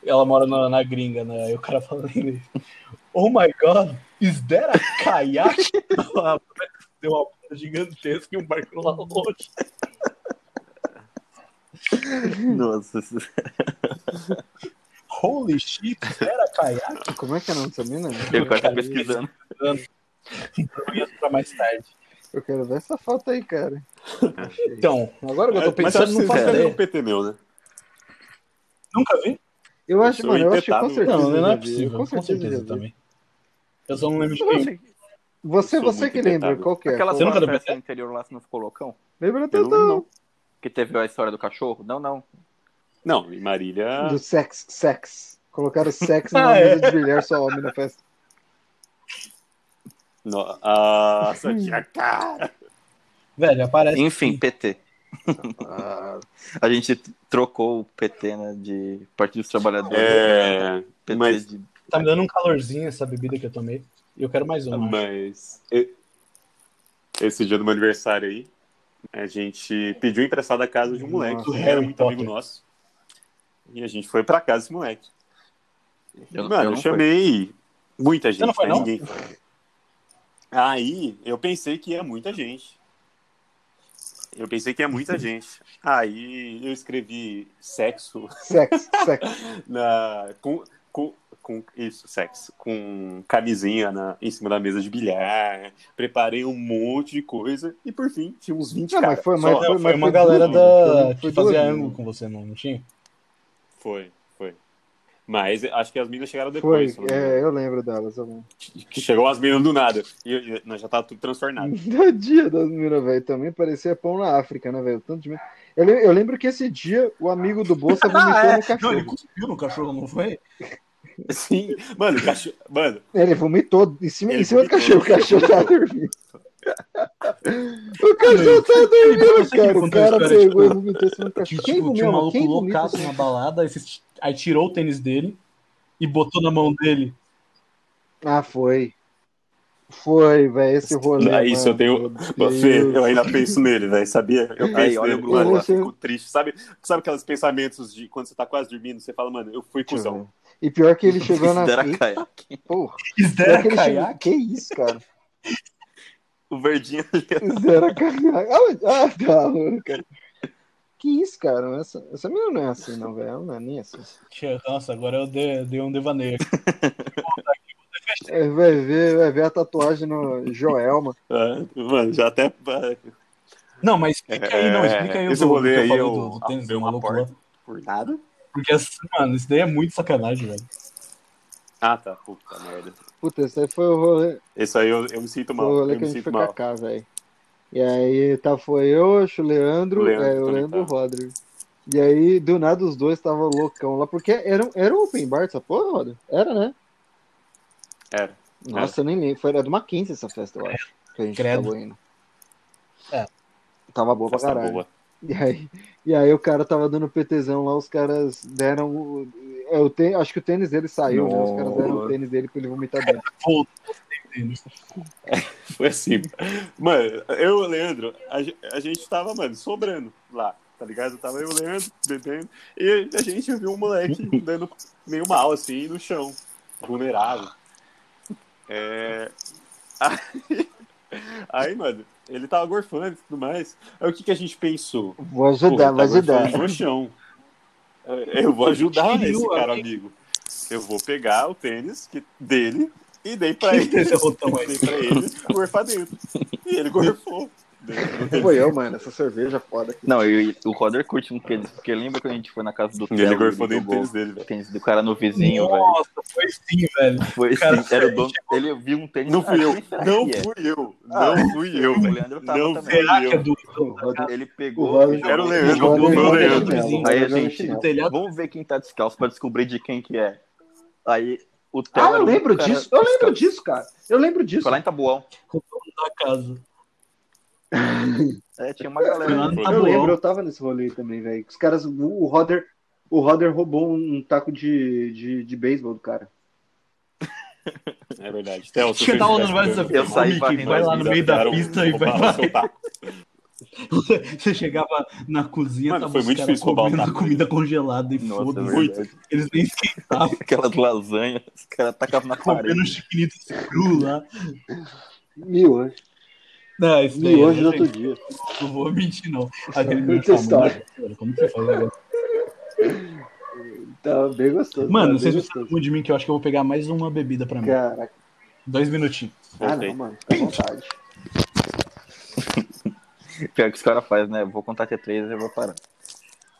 [SPEAKER 2] ela mora na, na gringa, né? Aí o cara falando em inglês, Oh my god, is there a kayak? Deu uma puta gigantesca e um barco lá longe.
[SPEAKER 3] Nossa, isso-
[SPEAKER 2] Holy shit, is there a kayak?
[SPEAKER 4] Como é que é o nome dessa mina?
[SPEAKER 3] eu quase
[SPEAKER 4] é
[SPEAKER 3] tô pesquisando.
[SPEAKER 2] Eu ia pra mais tarde.
[SPEAKER 4] Eu quero ver essa foto aí, cara. Achei.
[SPEAKER 2] Então, agora que eu tô
[SPEAKER 1] Mas acho
[SPEAKER 2] pensando,
[SPEAKER 1] que
[SPEAKER 2] não
[SPEAKER 1] vocês
[SPEAKER 2] faço
[SPEAKER 1] já viram
[SPEAKER 2] ideia.
[SPEAKER 1] o PT meu, né?
[SPEAKER 2] Nunca vi?
[SPEAKER 4] eu acho,
[SPEAKER 1] isso
[SPEAKER 4] mano,
[SPEAKER 1] é
[SPEAKER 4] eu acho que com
[SPEAKER 1] intetado.
[SPEAKER 4] certeza.
[SPEAKER 2] Não, não
[SPEAKER 4] eu já
[SPEAKER 2] é
[SPEAKER 4] vi,
[SPEAKER 2] possível.
[SPEAKER 4] Com certeza, eu já vi.
[SPEAKER 2] também. Eu só não lembro de
[SPEAKER 4] Eu
[SPEAKER 2] quem.
[SPEAKER 4] achei- Você,
[SPEAKER 1] Eu sou
[SPEAKER 4] você
[SPEAKER 1] muito
[SPEAKER 4] que lembra,
[SPEAKER 1] intetado.
[SPEAKER 4] qual que é?
[SPEAKER 3] Aquela
[SPEAKER 4] Qual-
[SPEAKER 2] Você nunca
[SPEAKER 3] sua
[SPEAKER 2] deu
[SPEAKER 3] festa
[SPEAKER 2] PT?
[SPEAKER 3] anterior lá, você não ficou loucão?
[SPEAKER 4] Lembra
[SPEAKER 1] Eu
[SPEAKER 4] teu
[SPEAKER 1] não lembro, não.
[SPEAKER 3] Que teve a história do cachorro? Não, não.
[SPEAKER 1] Não, em Marília.
[SPEAKER 4] Do sex, sex. Colocaram sex na
[SPEAKER 2] Ah, é.
[SPEAKER 4] mesa de bilhar só homem na festa.
[SPEAKER 1] No, nossa, tinha cara.
[SPEAKER 2] Velho, aparece.
[SPEAKER 3] Enfim, PT. A gente trocou o PT, né, de Partido dos Trabalhadores.
[SPEAKER 1] É.
[SPEAKER 3] PT
[SPEAKER 1] mas-
[SPEAKER 3] de...
[SPEAKER 2] Tá me dando um calorzinho essa bebida que eu tomei. E eu quero mais uma.
[SPEAKER 1] Mas. e- Esse dia do meu aniversário aí, a gente pediu emprestado a casa de um moleque
[SPEAKER 4] Nossa,
[SPEAKER 1] que era
[SPEAKER 2] Harry
[SPEAKER 1] muito
[SPEAKER 2] Potter.
[SPEAKER 1] amigo nosso. E a gente foi pra casa desse moleque.
[SPEAKER 3] Eu-
[SPEAKER 1] Mano,
[SPEAKER 3] eu
[SPEAKER 1] eu,
[SPEAKER 3] não
[SPEAKER 1] chamei muita gente.
[SPEAKER 2] não foi,
[SPEAKER 1] mas
[SPEAKER 2] não?
[SPEAKER 1] Ninguém foi. Aí eu pensei que ia muita gente. Eu pensei que ia muita gente. Aí eu escrevi sexo
[SPEAKER 4] Sex, sex.
[SPEAKER 1] na, com, com, com isso, sexo, com camisinha na, em cima da mesa de bilhar, preparei um monte de coisa e por fim tinha uns 20
[SPEAKER 4] Não, Ah, mas
[SPEAKER 1] caras.
[SPEAKER 4] foi- mas
[SPEAKER 1] Só-
[SPEAKER 4] foi- mas
[SPEAKER 2] Foi uma
[SPEAKER 4] É, foi
[SPEAKER 2] galera
[SPEAKER 4] duas,
[SPEAKER 2] da...
[SPEAKER 4] né? Foi
[SPEAKER 2] que fazia
[SPEAKER 4] duas, né?
[SPEAKER 2] ângulo com você, não, não tinha?
[SPEAKER 1] Foi, foi. Mas eh, acho que as minas chegaram
[SPEAKER 4] Foi,
[SPEAKER 1] depois. né? se eu não me engano.
[SPEAKER 4] é, eu lembro delas. Eu lembro.
[SPEAKER 1] Que chegou as minas do nada. E, e nós já tava tudo transtornado.
[SPEAKER 4] No dia das minas, velho, também parecia pão na África, né, velho? Tanto de... mina. eu, lem- eu lembro que esse dia o amigo do Bolsa vomitou
[SPEAKER 2] Ah, é. Não,
[SPEAKER 4] no
[SPEAKER 2] ele
[SPEAKER 4] cachorro.
[SPEAKER 2] cuspiu no cachorro, não foi?
[SPEAKER 1] Sim. Mano, o cachorro. Mano,
[SPEAKER 4] Ele vomitou em cima, em
[SPEAKER 1] Ele
[SPEAKER 4] cima do cachorro.
[SPEAKER 1] vomitou.
[SPEAKER 4] O cachorro tava dormindo. O cachorro tava dormindo,
[SPEAKER 2] Você que me
[SPEAKER 4] cara. O
[SPEAKER 2] contou a
[SPEAKER 4] cara
[SPEAKER 2] história,
[SPEAKER 4] pegou e
[SPEAKER 2] tipo,
[SPEAKER 4] vomitou em cima do
[SPEAKER 2] Que,
[SPEAKER 4] cachorro. Quem
[SPEAKER 2] tipo, tinha um
[SPEAKER 4] vomitou?
[SPEAKER 2] maluco
[SPEAKER 4] Quem vomitou?
[SPEAKER 2] loucaço na balada, aí, vocês- aí tirou o tênis dele e botou na mão dele.
[SPEAKER 4] Ah, foi. Foi, velho, esse rolê.
[SPEAKER 1] Ah, isso eu
[SPEAKER 4] mano.
[SPEAKER 1] tenho-
[SPEAKER 4] Meu Deus.
[SPEAKER 1] Fê, eu ainda penso nele, velho. Sabia? Eu penso
[SPEAKER 3] Aí, olha
[SPEAKER 1] nele,
[SPEAKER 3] o
[SPEAKER 1] mano,
[SPEAKER 4] Bruno.
[SPEAKER 1] eu fico triste. Sabe, sabe aqueles pensamentos de quando você tá quase dormindo, você fala, mano, eu fui
[SPEAKER 4] Deixa eu
[SPEAKER 1] cuzão.
[SPEAKER 4] ver. E pior que ele chegou na.
[SPEAKER 3] Considera
[SPEAKER 4] Ih,
[SPEAKER 3] caia.
[SPEAKER 4] Porra.
[SPEAKER 2] Eles
[SPEAKER 4] Pior que
[SPEAKER 2] deram
[SPEAKER 4] ele chegou.
[SPEAKER 2] caiaque.
[SPEAKER 4] Que isso, cara?
[SPEAKER 3] O verdinho ali.
[SPEAKER 4] Zero caiaque. Ah, ah, tá louco, cara. Que isso, cara? Essa, essa menina não é assim, não, velho. Ela não é nem assim.
[SPEAKER 2] Tia, Nossa, agora eu dei, dei um devaneio aqui.
[SPEAKER 4] É, vai, ver, vai ver a tatuagem no Joelma.
[SPEAKER 1] Ah, mano, já até. é.
[SPEAKER 2] Não, mas explica aí, não, explica aí o
[SPEAKER 1] Esse
[SPEAKER 2] do-
[SPEAKER 1] rolê
[SPEAKER 2] que
[SPEAKER 1] aí
[SPEAKER 2] falei
[SPEAKER 1] eu
[SPEAKER 2] do, do tênis
[SPEAKER 1] abri
[SPEAKER 2] do
[SPEAKER 1] uma
[SPEAKER 2] maluco
[SPEAKER 1] porta.
[SPEAKER 2] lá.
[SPEAKER 1] Por nada?
[SPEAKER 2] Porque, assim, mano, isso daí é muito sacanagem, velho.
[SPEAKER 1] Ah, tá. Puta merda.
[SPEAKER 4] Puta, esse aí foi o rolê,
[SPEAKER 1] Isso aí eu, eu me sinto
[SPEAKER 4] foi
[SPEAKER 1] mal.
[SPEAKER 4] o rolê
[SPEAKER 1] Eu
[SPEAKER 4] que a
[SPEAKER 1] me
[SPEAKER 4] gente
[SPEAKER 1] sinto
[SPEAKER 4] foi
[SPEAKER 1] mal.
[SPEAKER 4] cacá, velho. E aí tá, foi eu, acho o Leandro,
[SPEAKER 1] O Leandro
[SPEAKER 4] é, o
[SPEAKER 1] também
[SPEAKER 4] Leandro e o
[SPEAKER 1] tava.
[SPEAKER 4] Rodrigo. E aí, do nada, os dois estavam loucão lá, porque era, um- era um open bar essa porra, Rodrigo? Era, né?
[SPEAKER 1] Era.
[SPEAKER 4] Nossa, eu nem lembro. Foi, era de uma quinta essa festa, eu acho. Que a gente
[SPEAKER 2] Credo.
[SPEAKER 4] tava indo.
[SPEAKER 2] É.
[SPEAKER 4] Tava boa pra
[SPEAKER 1] Festa
[SPEAKER 4] caralho.
[SPEAKER 1] boa.
[SPEAKER 4] E aí, e aí o cara tava dando PTzão lá, os caras deram o. é, o tê- acho que o tênis dele saiu, né? Os caras deram o tênis dele pra ele vomitar dentro.
[SPEAKER 1] Foi assim. Mano, eu e o Leandro, a, ge- a gente tava, mano, sobrando lá, tá ligado? Tava eu e o Leandro bebendo. E a gente viu um moleque dando meio mal, assim, no chão. Vulnerável. É, Aí, aí, mano, ele tava gorfando e tudo mais. Aí o que, que a gente pensou?
[SPEAKER 4] Vou ajudar,
[SPEAKER 1] Porra,
[SPEAKER 4] vou
[SPEAKER 1] tá gorfando
[SPEAKER 4] ajudar.
[SPEAKER 1] no chão. É, Eu vou ajudar
[SPEAKER 2] Tio,
[SPEAKER 1] esse cara,
[SPEAKER 2] amigo.
[SPEAKER 1] amigo. Eu vou pegar o tênis que, dele e dei pra
[SPEAKER 2] Que
[SPEAKER 1] ele.
[SPEAKER 2] tênis é rotão aí?
[SPEAKER 1] Dei pra ele gorfar dentro. E ele gorfou.
[SPEAKER 4] Foi eu, mano, essa cerveja é foda.
[SPEAKER 3] Não, e o Roder curte um tênis, porque lembra quando a gente foi na casa do
[SPEAKER 1] Ele
[SPEAKER 3] Theo,
[SPEAKER 1] gorfou
[SPEAKER 3] ele
[SPEAKER 1] dentro do
[SPEAKER 3] jogou
[SPEAKER 1] tênis dele,
[SPEAKER 3] o
[SPEAKER 1] velho.
[SPEAKER 3] tênis do cara no vizinho, velho.
[SPEAKER 2] Nossa, foi sim, velho.
[SPEAKER 3] Foi
[SPEAKER 2] Cara,
[SPEAKER 3] assim, era o dono. Ele viu um tênis.
[SPEAKER 1] Não fui eu.
[SPEAKER 3] quem será
[SPEAKER 1] Não
[SPEAKER 3] que é?
[SPEAKER 1] fui eu.
[SPEAKER 3] Ah,
[SPEAKER 1] Não fui eu,
[SPEAKER 3] O
[SPEAKER 1] velho.
[SPEAKER 3] Leandro tava
[SPEAKER 1] Não
[SPEAKER 3] também.
[SPEAKER 1] fui
[SPEAKER 2] Será que é
[SPEAKER 1] eu.
[SPEAKER 2] do
[SPEAKER 4] O Rodrigo-
[SPEAKER 3] Ele
[SPEAKER 4] o
[SPEAKER 3] pegou.
[SPEAKER 4] Rodrigo-
[SPEAKER 1] Era o Leandro,
[SPEAKER 4] o Rodrigo
[SPEAKER 1] foi o
[SPEAKER 4] jogou no
[SPEAKER 1] Leandro.
[SPEAKER 4] chinelo,
[SPEAKER 3] Aí a
[SPEAKER 4] jogou no
[SPEAKER 3] gente-
[SPEAKER 4] chinelo.
[SPEAKER 2] telhado?
[SPEAKER 3] Vamos ver quem tá descalço pra descobrir de quem que é. Aí o Theo.
[SPEAKER 4] Ah,
[SPEAKER 3] era
[SPEAKER 4] eu
[SPEAKER 3] o único
[SPEAKER 4] lembro
[SPEAKER 3] cara
[SPEAKER 4] disso, eu lembro
[SPEAKER 3] descalço.
[SPEAKER 4] disso, cara. Eu lembro disso.
[SPEAKER 3] Foi lá em Tabuão.
[SPEAKER 2] da casa?
[SPEAKER 3] É, tinha uma galera.
[SPEAKER 2] Foi lá no
[SPEAKER 1] Foi.
[SPEAKER 4] Eu
[SPEAKER 2] Tabuão.
[SPEAKER 4] lembro, eu tava nesse rolê também, velho. Os caras, o- o Roder, o Roder roubou um taco de, de, de beisebol do cara.
[SPEAKER 1] É verdade. Theo, se
[SPEAKER 2] Tinha
[SPEAKER 1] você né?
[SPEAKER 2] dado
[SPEAKER 1] tivesse
[SPEAKER 2] um vários
[SPEAKER 1] jogando,
[SPEAKER 3] Eu saí
[SPEAKER 2] Mickey,
[SPEAKER 3] varrendo
[SPEAKER 2] vai
[SPEAKER 3] as
[SPEAKER 2] lá no
[SPEAKER 1] eles um
[SPEAKER 2] meio da
[SPEAKER 1] avisaram,
[SPEAKER 2] pista e vai
[SPEAKER 1] roubaram o seu taco.
[SPEAKER 2] Você chegava na cozinha,
[SPEAKER 1] Mano,
[SPEAKER 2] tava
[SPEAKER 1] foi
[SPEAKER 2] os
[SPEAKER 1] muito
[SPEAKER 2] caras
[SPEAKER 1] difícil roubar o
[SPEAKER 2] comendo
[SPEAKER 1] taco.
[SPEAKER 2] comida congelada e
[SPEAKER 3] Nossa, é
[SPEAKER 2] foda-se.
[SPEAKER 1] muito.
[SPEAKER 3] verdade.
[SPEAKER 2] Eles nem esquentavam,
[SPEAKER 3] Aquelas lasanhas, os caras tacavam na parede.
[SPEAKER 2] comendo um chiquinito cru lá.
[SPEAKER 4] Miojo.
[SPEAKER 2] Não, isso daí,
[SPEAKER 4] Miojo
[SPEAKER 2] eu
[SPEAKER 4] do
[SPEAKER 2] não
[SPEAKER 4] outro
[SPEAKER 2] sei,
[SPEAKER 4] dia.
[SPEAKER 2] não vou mentir, não. Aquele
[SPEAKER 4] Muita
[SPEAKER 2] meu tamanho,
[SPEAKER 4] história.
[SPEAKER 2] velho, Como você faz agora?
[SPEAKER 4] Tava Tá bem gostoso.
[SPEAKER 2] Mano,
[SPEAKER 4] tava bem
[SPEAKER 2] vocês não
[SPEAKER 4] gostoso.
[SPEAKER 2] sabem de mim que eu acho que eu vou pegar mais uma bebida pra mim.
[SPEAKER 4] Caraca.
[SPEAKER 2] Dois minutinhos.
[SPEAKER 4] Ah,
[SPEAKER 1] Voltei.
[SPEAKER 4] não, mano. Fica à vontade.
[SPEAKER 3] Pior que os caras fazem, né? Vou contar até três e vou parar.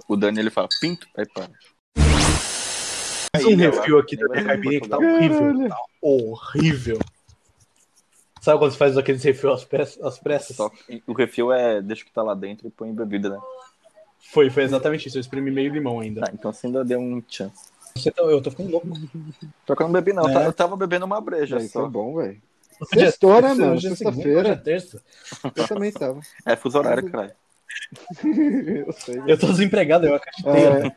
[SPEAKER 3] O Dani ele fala, pinto, aí para.
[SPEAKER 2] Fiz
[SPEAKER 3] Aí,
[SPEAKER 2] um
[SPEAKER 3] né,
[SPEAKER 2] refil aqui da
[SPEAKER 3] Vai
[SPEAKER 2] minha
[SPEAKER 3] pro
[SPEAKER 2] caipirinha que tá
[SPEAKER 3] Portugal.
[SPEAKER 2] horrível. Tá horrível. Sabe quando você faz aqueles refil às press- às pressas?
[SPEAKER 3] Só que o refil é deixa o que tá lá dentro e põe bebida, né?
[SPEAKER 2] Foi, foi exatamente isso. Eu espremi meio limão ainda.
[SPEAKER 3] Tá, então você ainda deu um chance.
[SPEAKER 2] Você tá- eu tô ficando louco.
[SPEAKER 3] Só que eu não bebi, não. Eu
[SPEAKER 2] É.
[SPEAKER 4] Né?
[SPEAKER 3] tava- Eu tava bebendo uma breja
[SPEAKER 4] Véi,
[SPEAKER 3] só.
[SPEAKER 4] Foi tá bom, velho.
[SPEAKER 2] Hoje é
[SPEAKER 4] Sextou, né,
[SPEAKER 2] terça,
[SPEAKER 4] mano?
[SPEAKER 2] hoje é segunda,
[SPEAKER 4] Sexta-feira.
[SPEAKER 2] hoje é terça.
[SPEAKER 4] Eu também tava.
[SPEAKER 3] É fuso horário, caralho.
[SPEAKER 4] eu sei. velho.
[SPEAKER 2] Eu tô desempregado, eu acreditei.
[SPEAKER 4] É,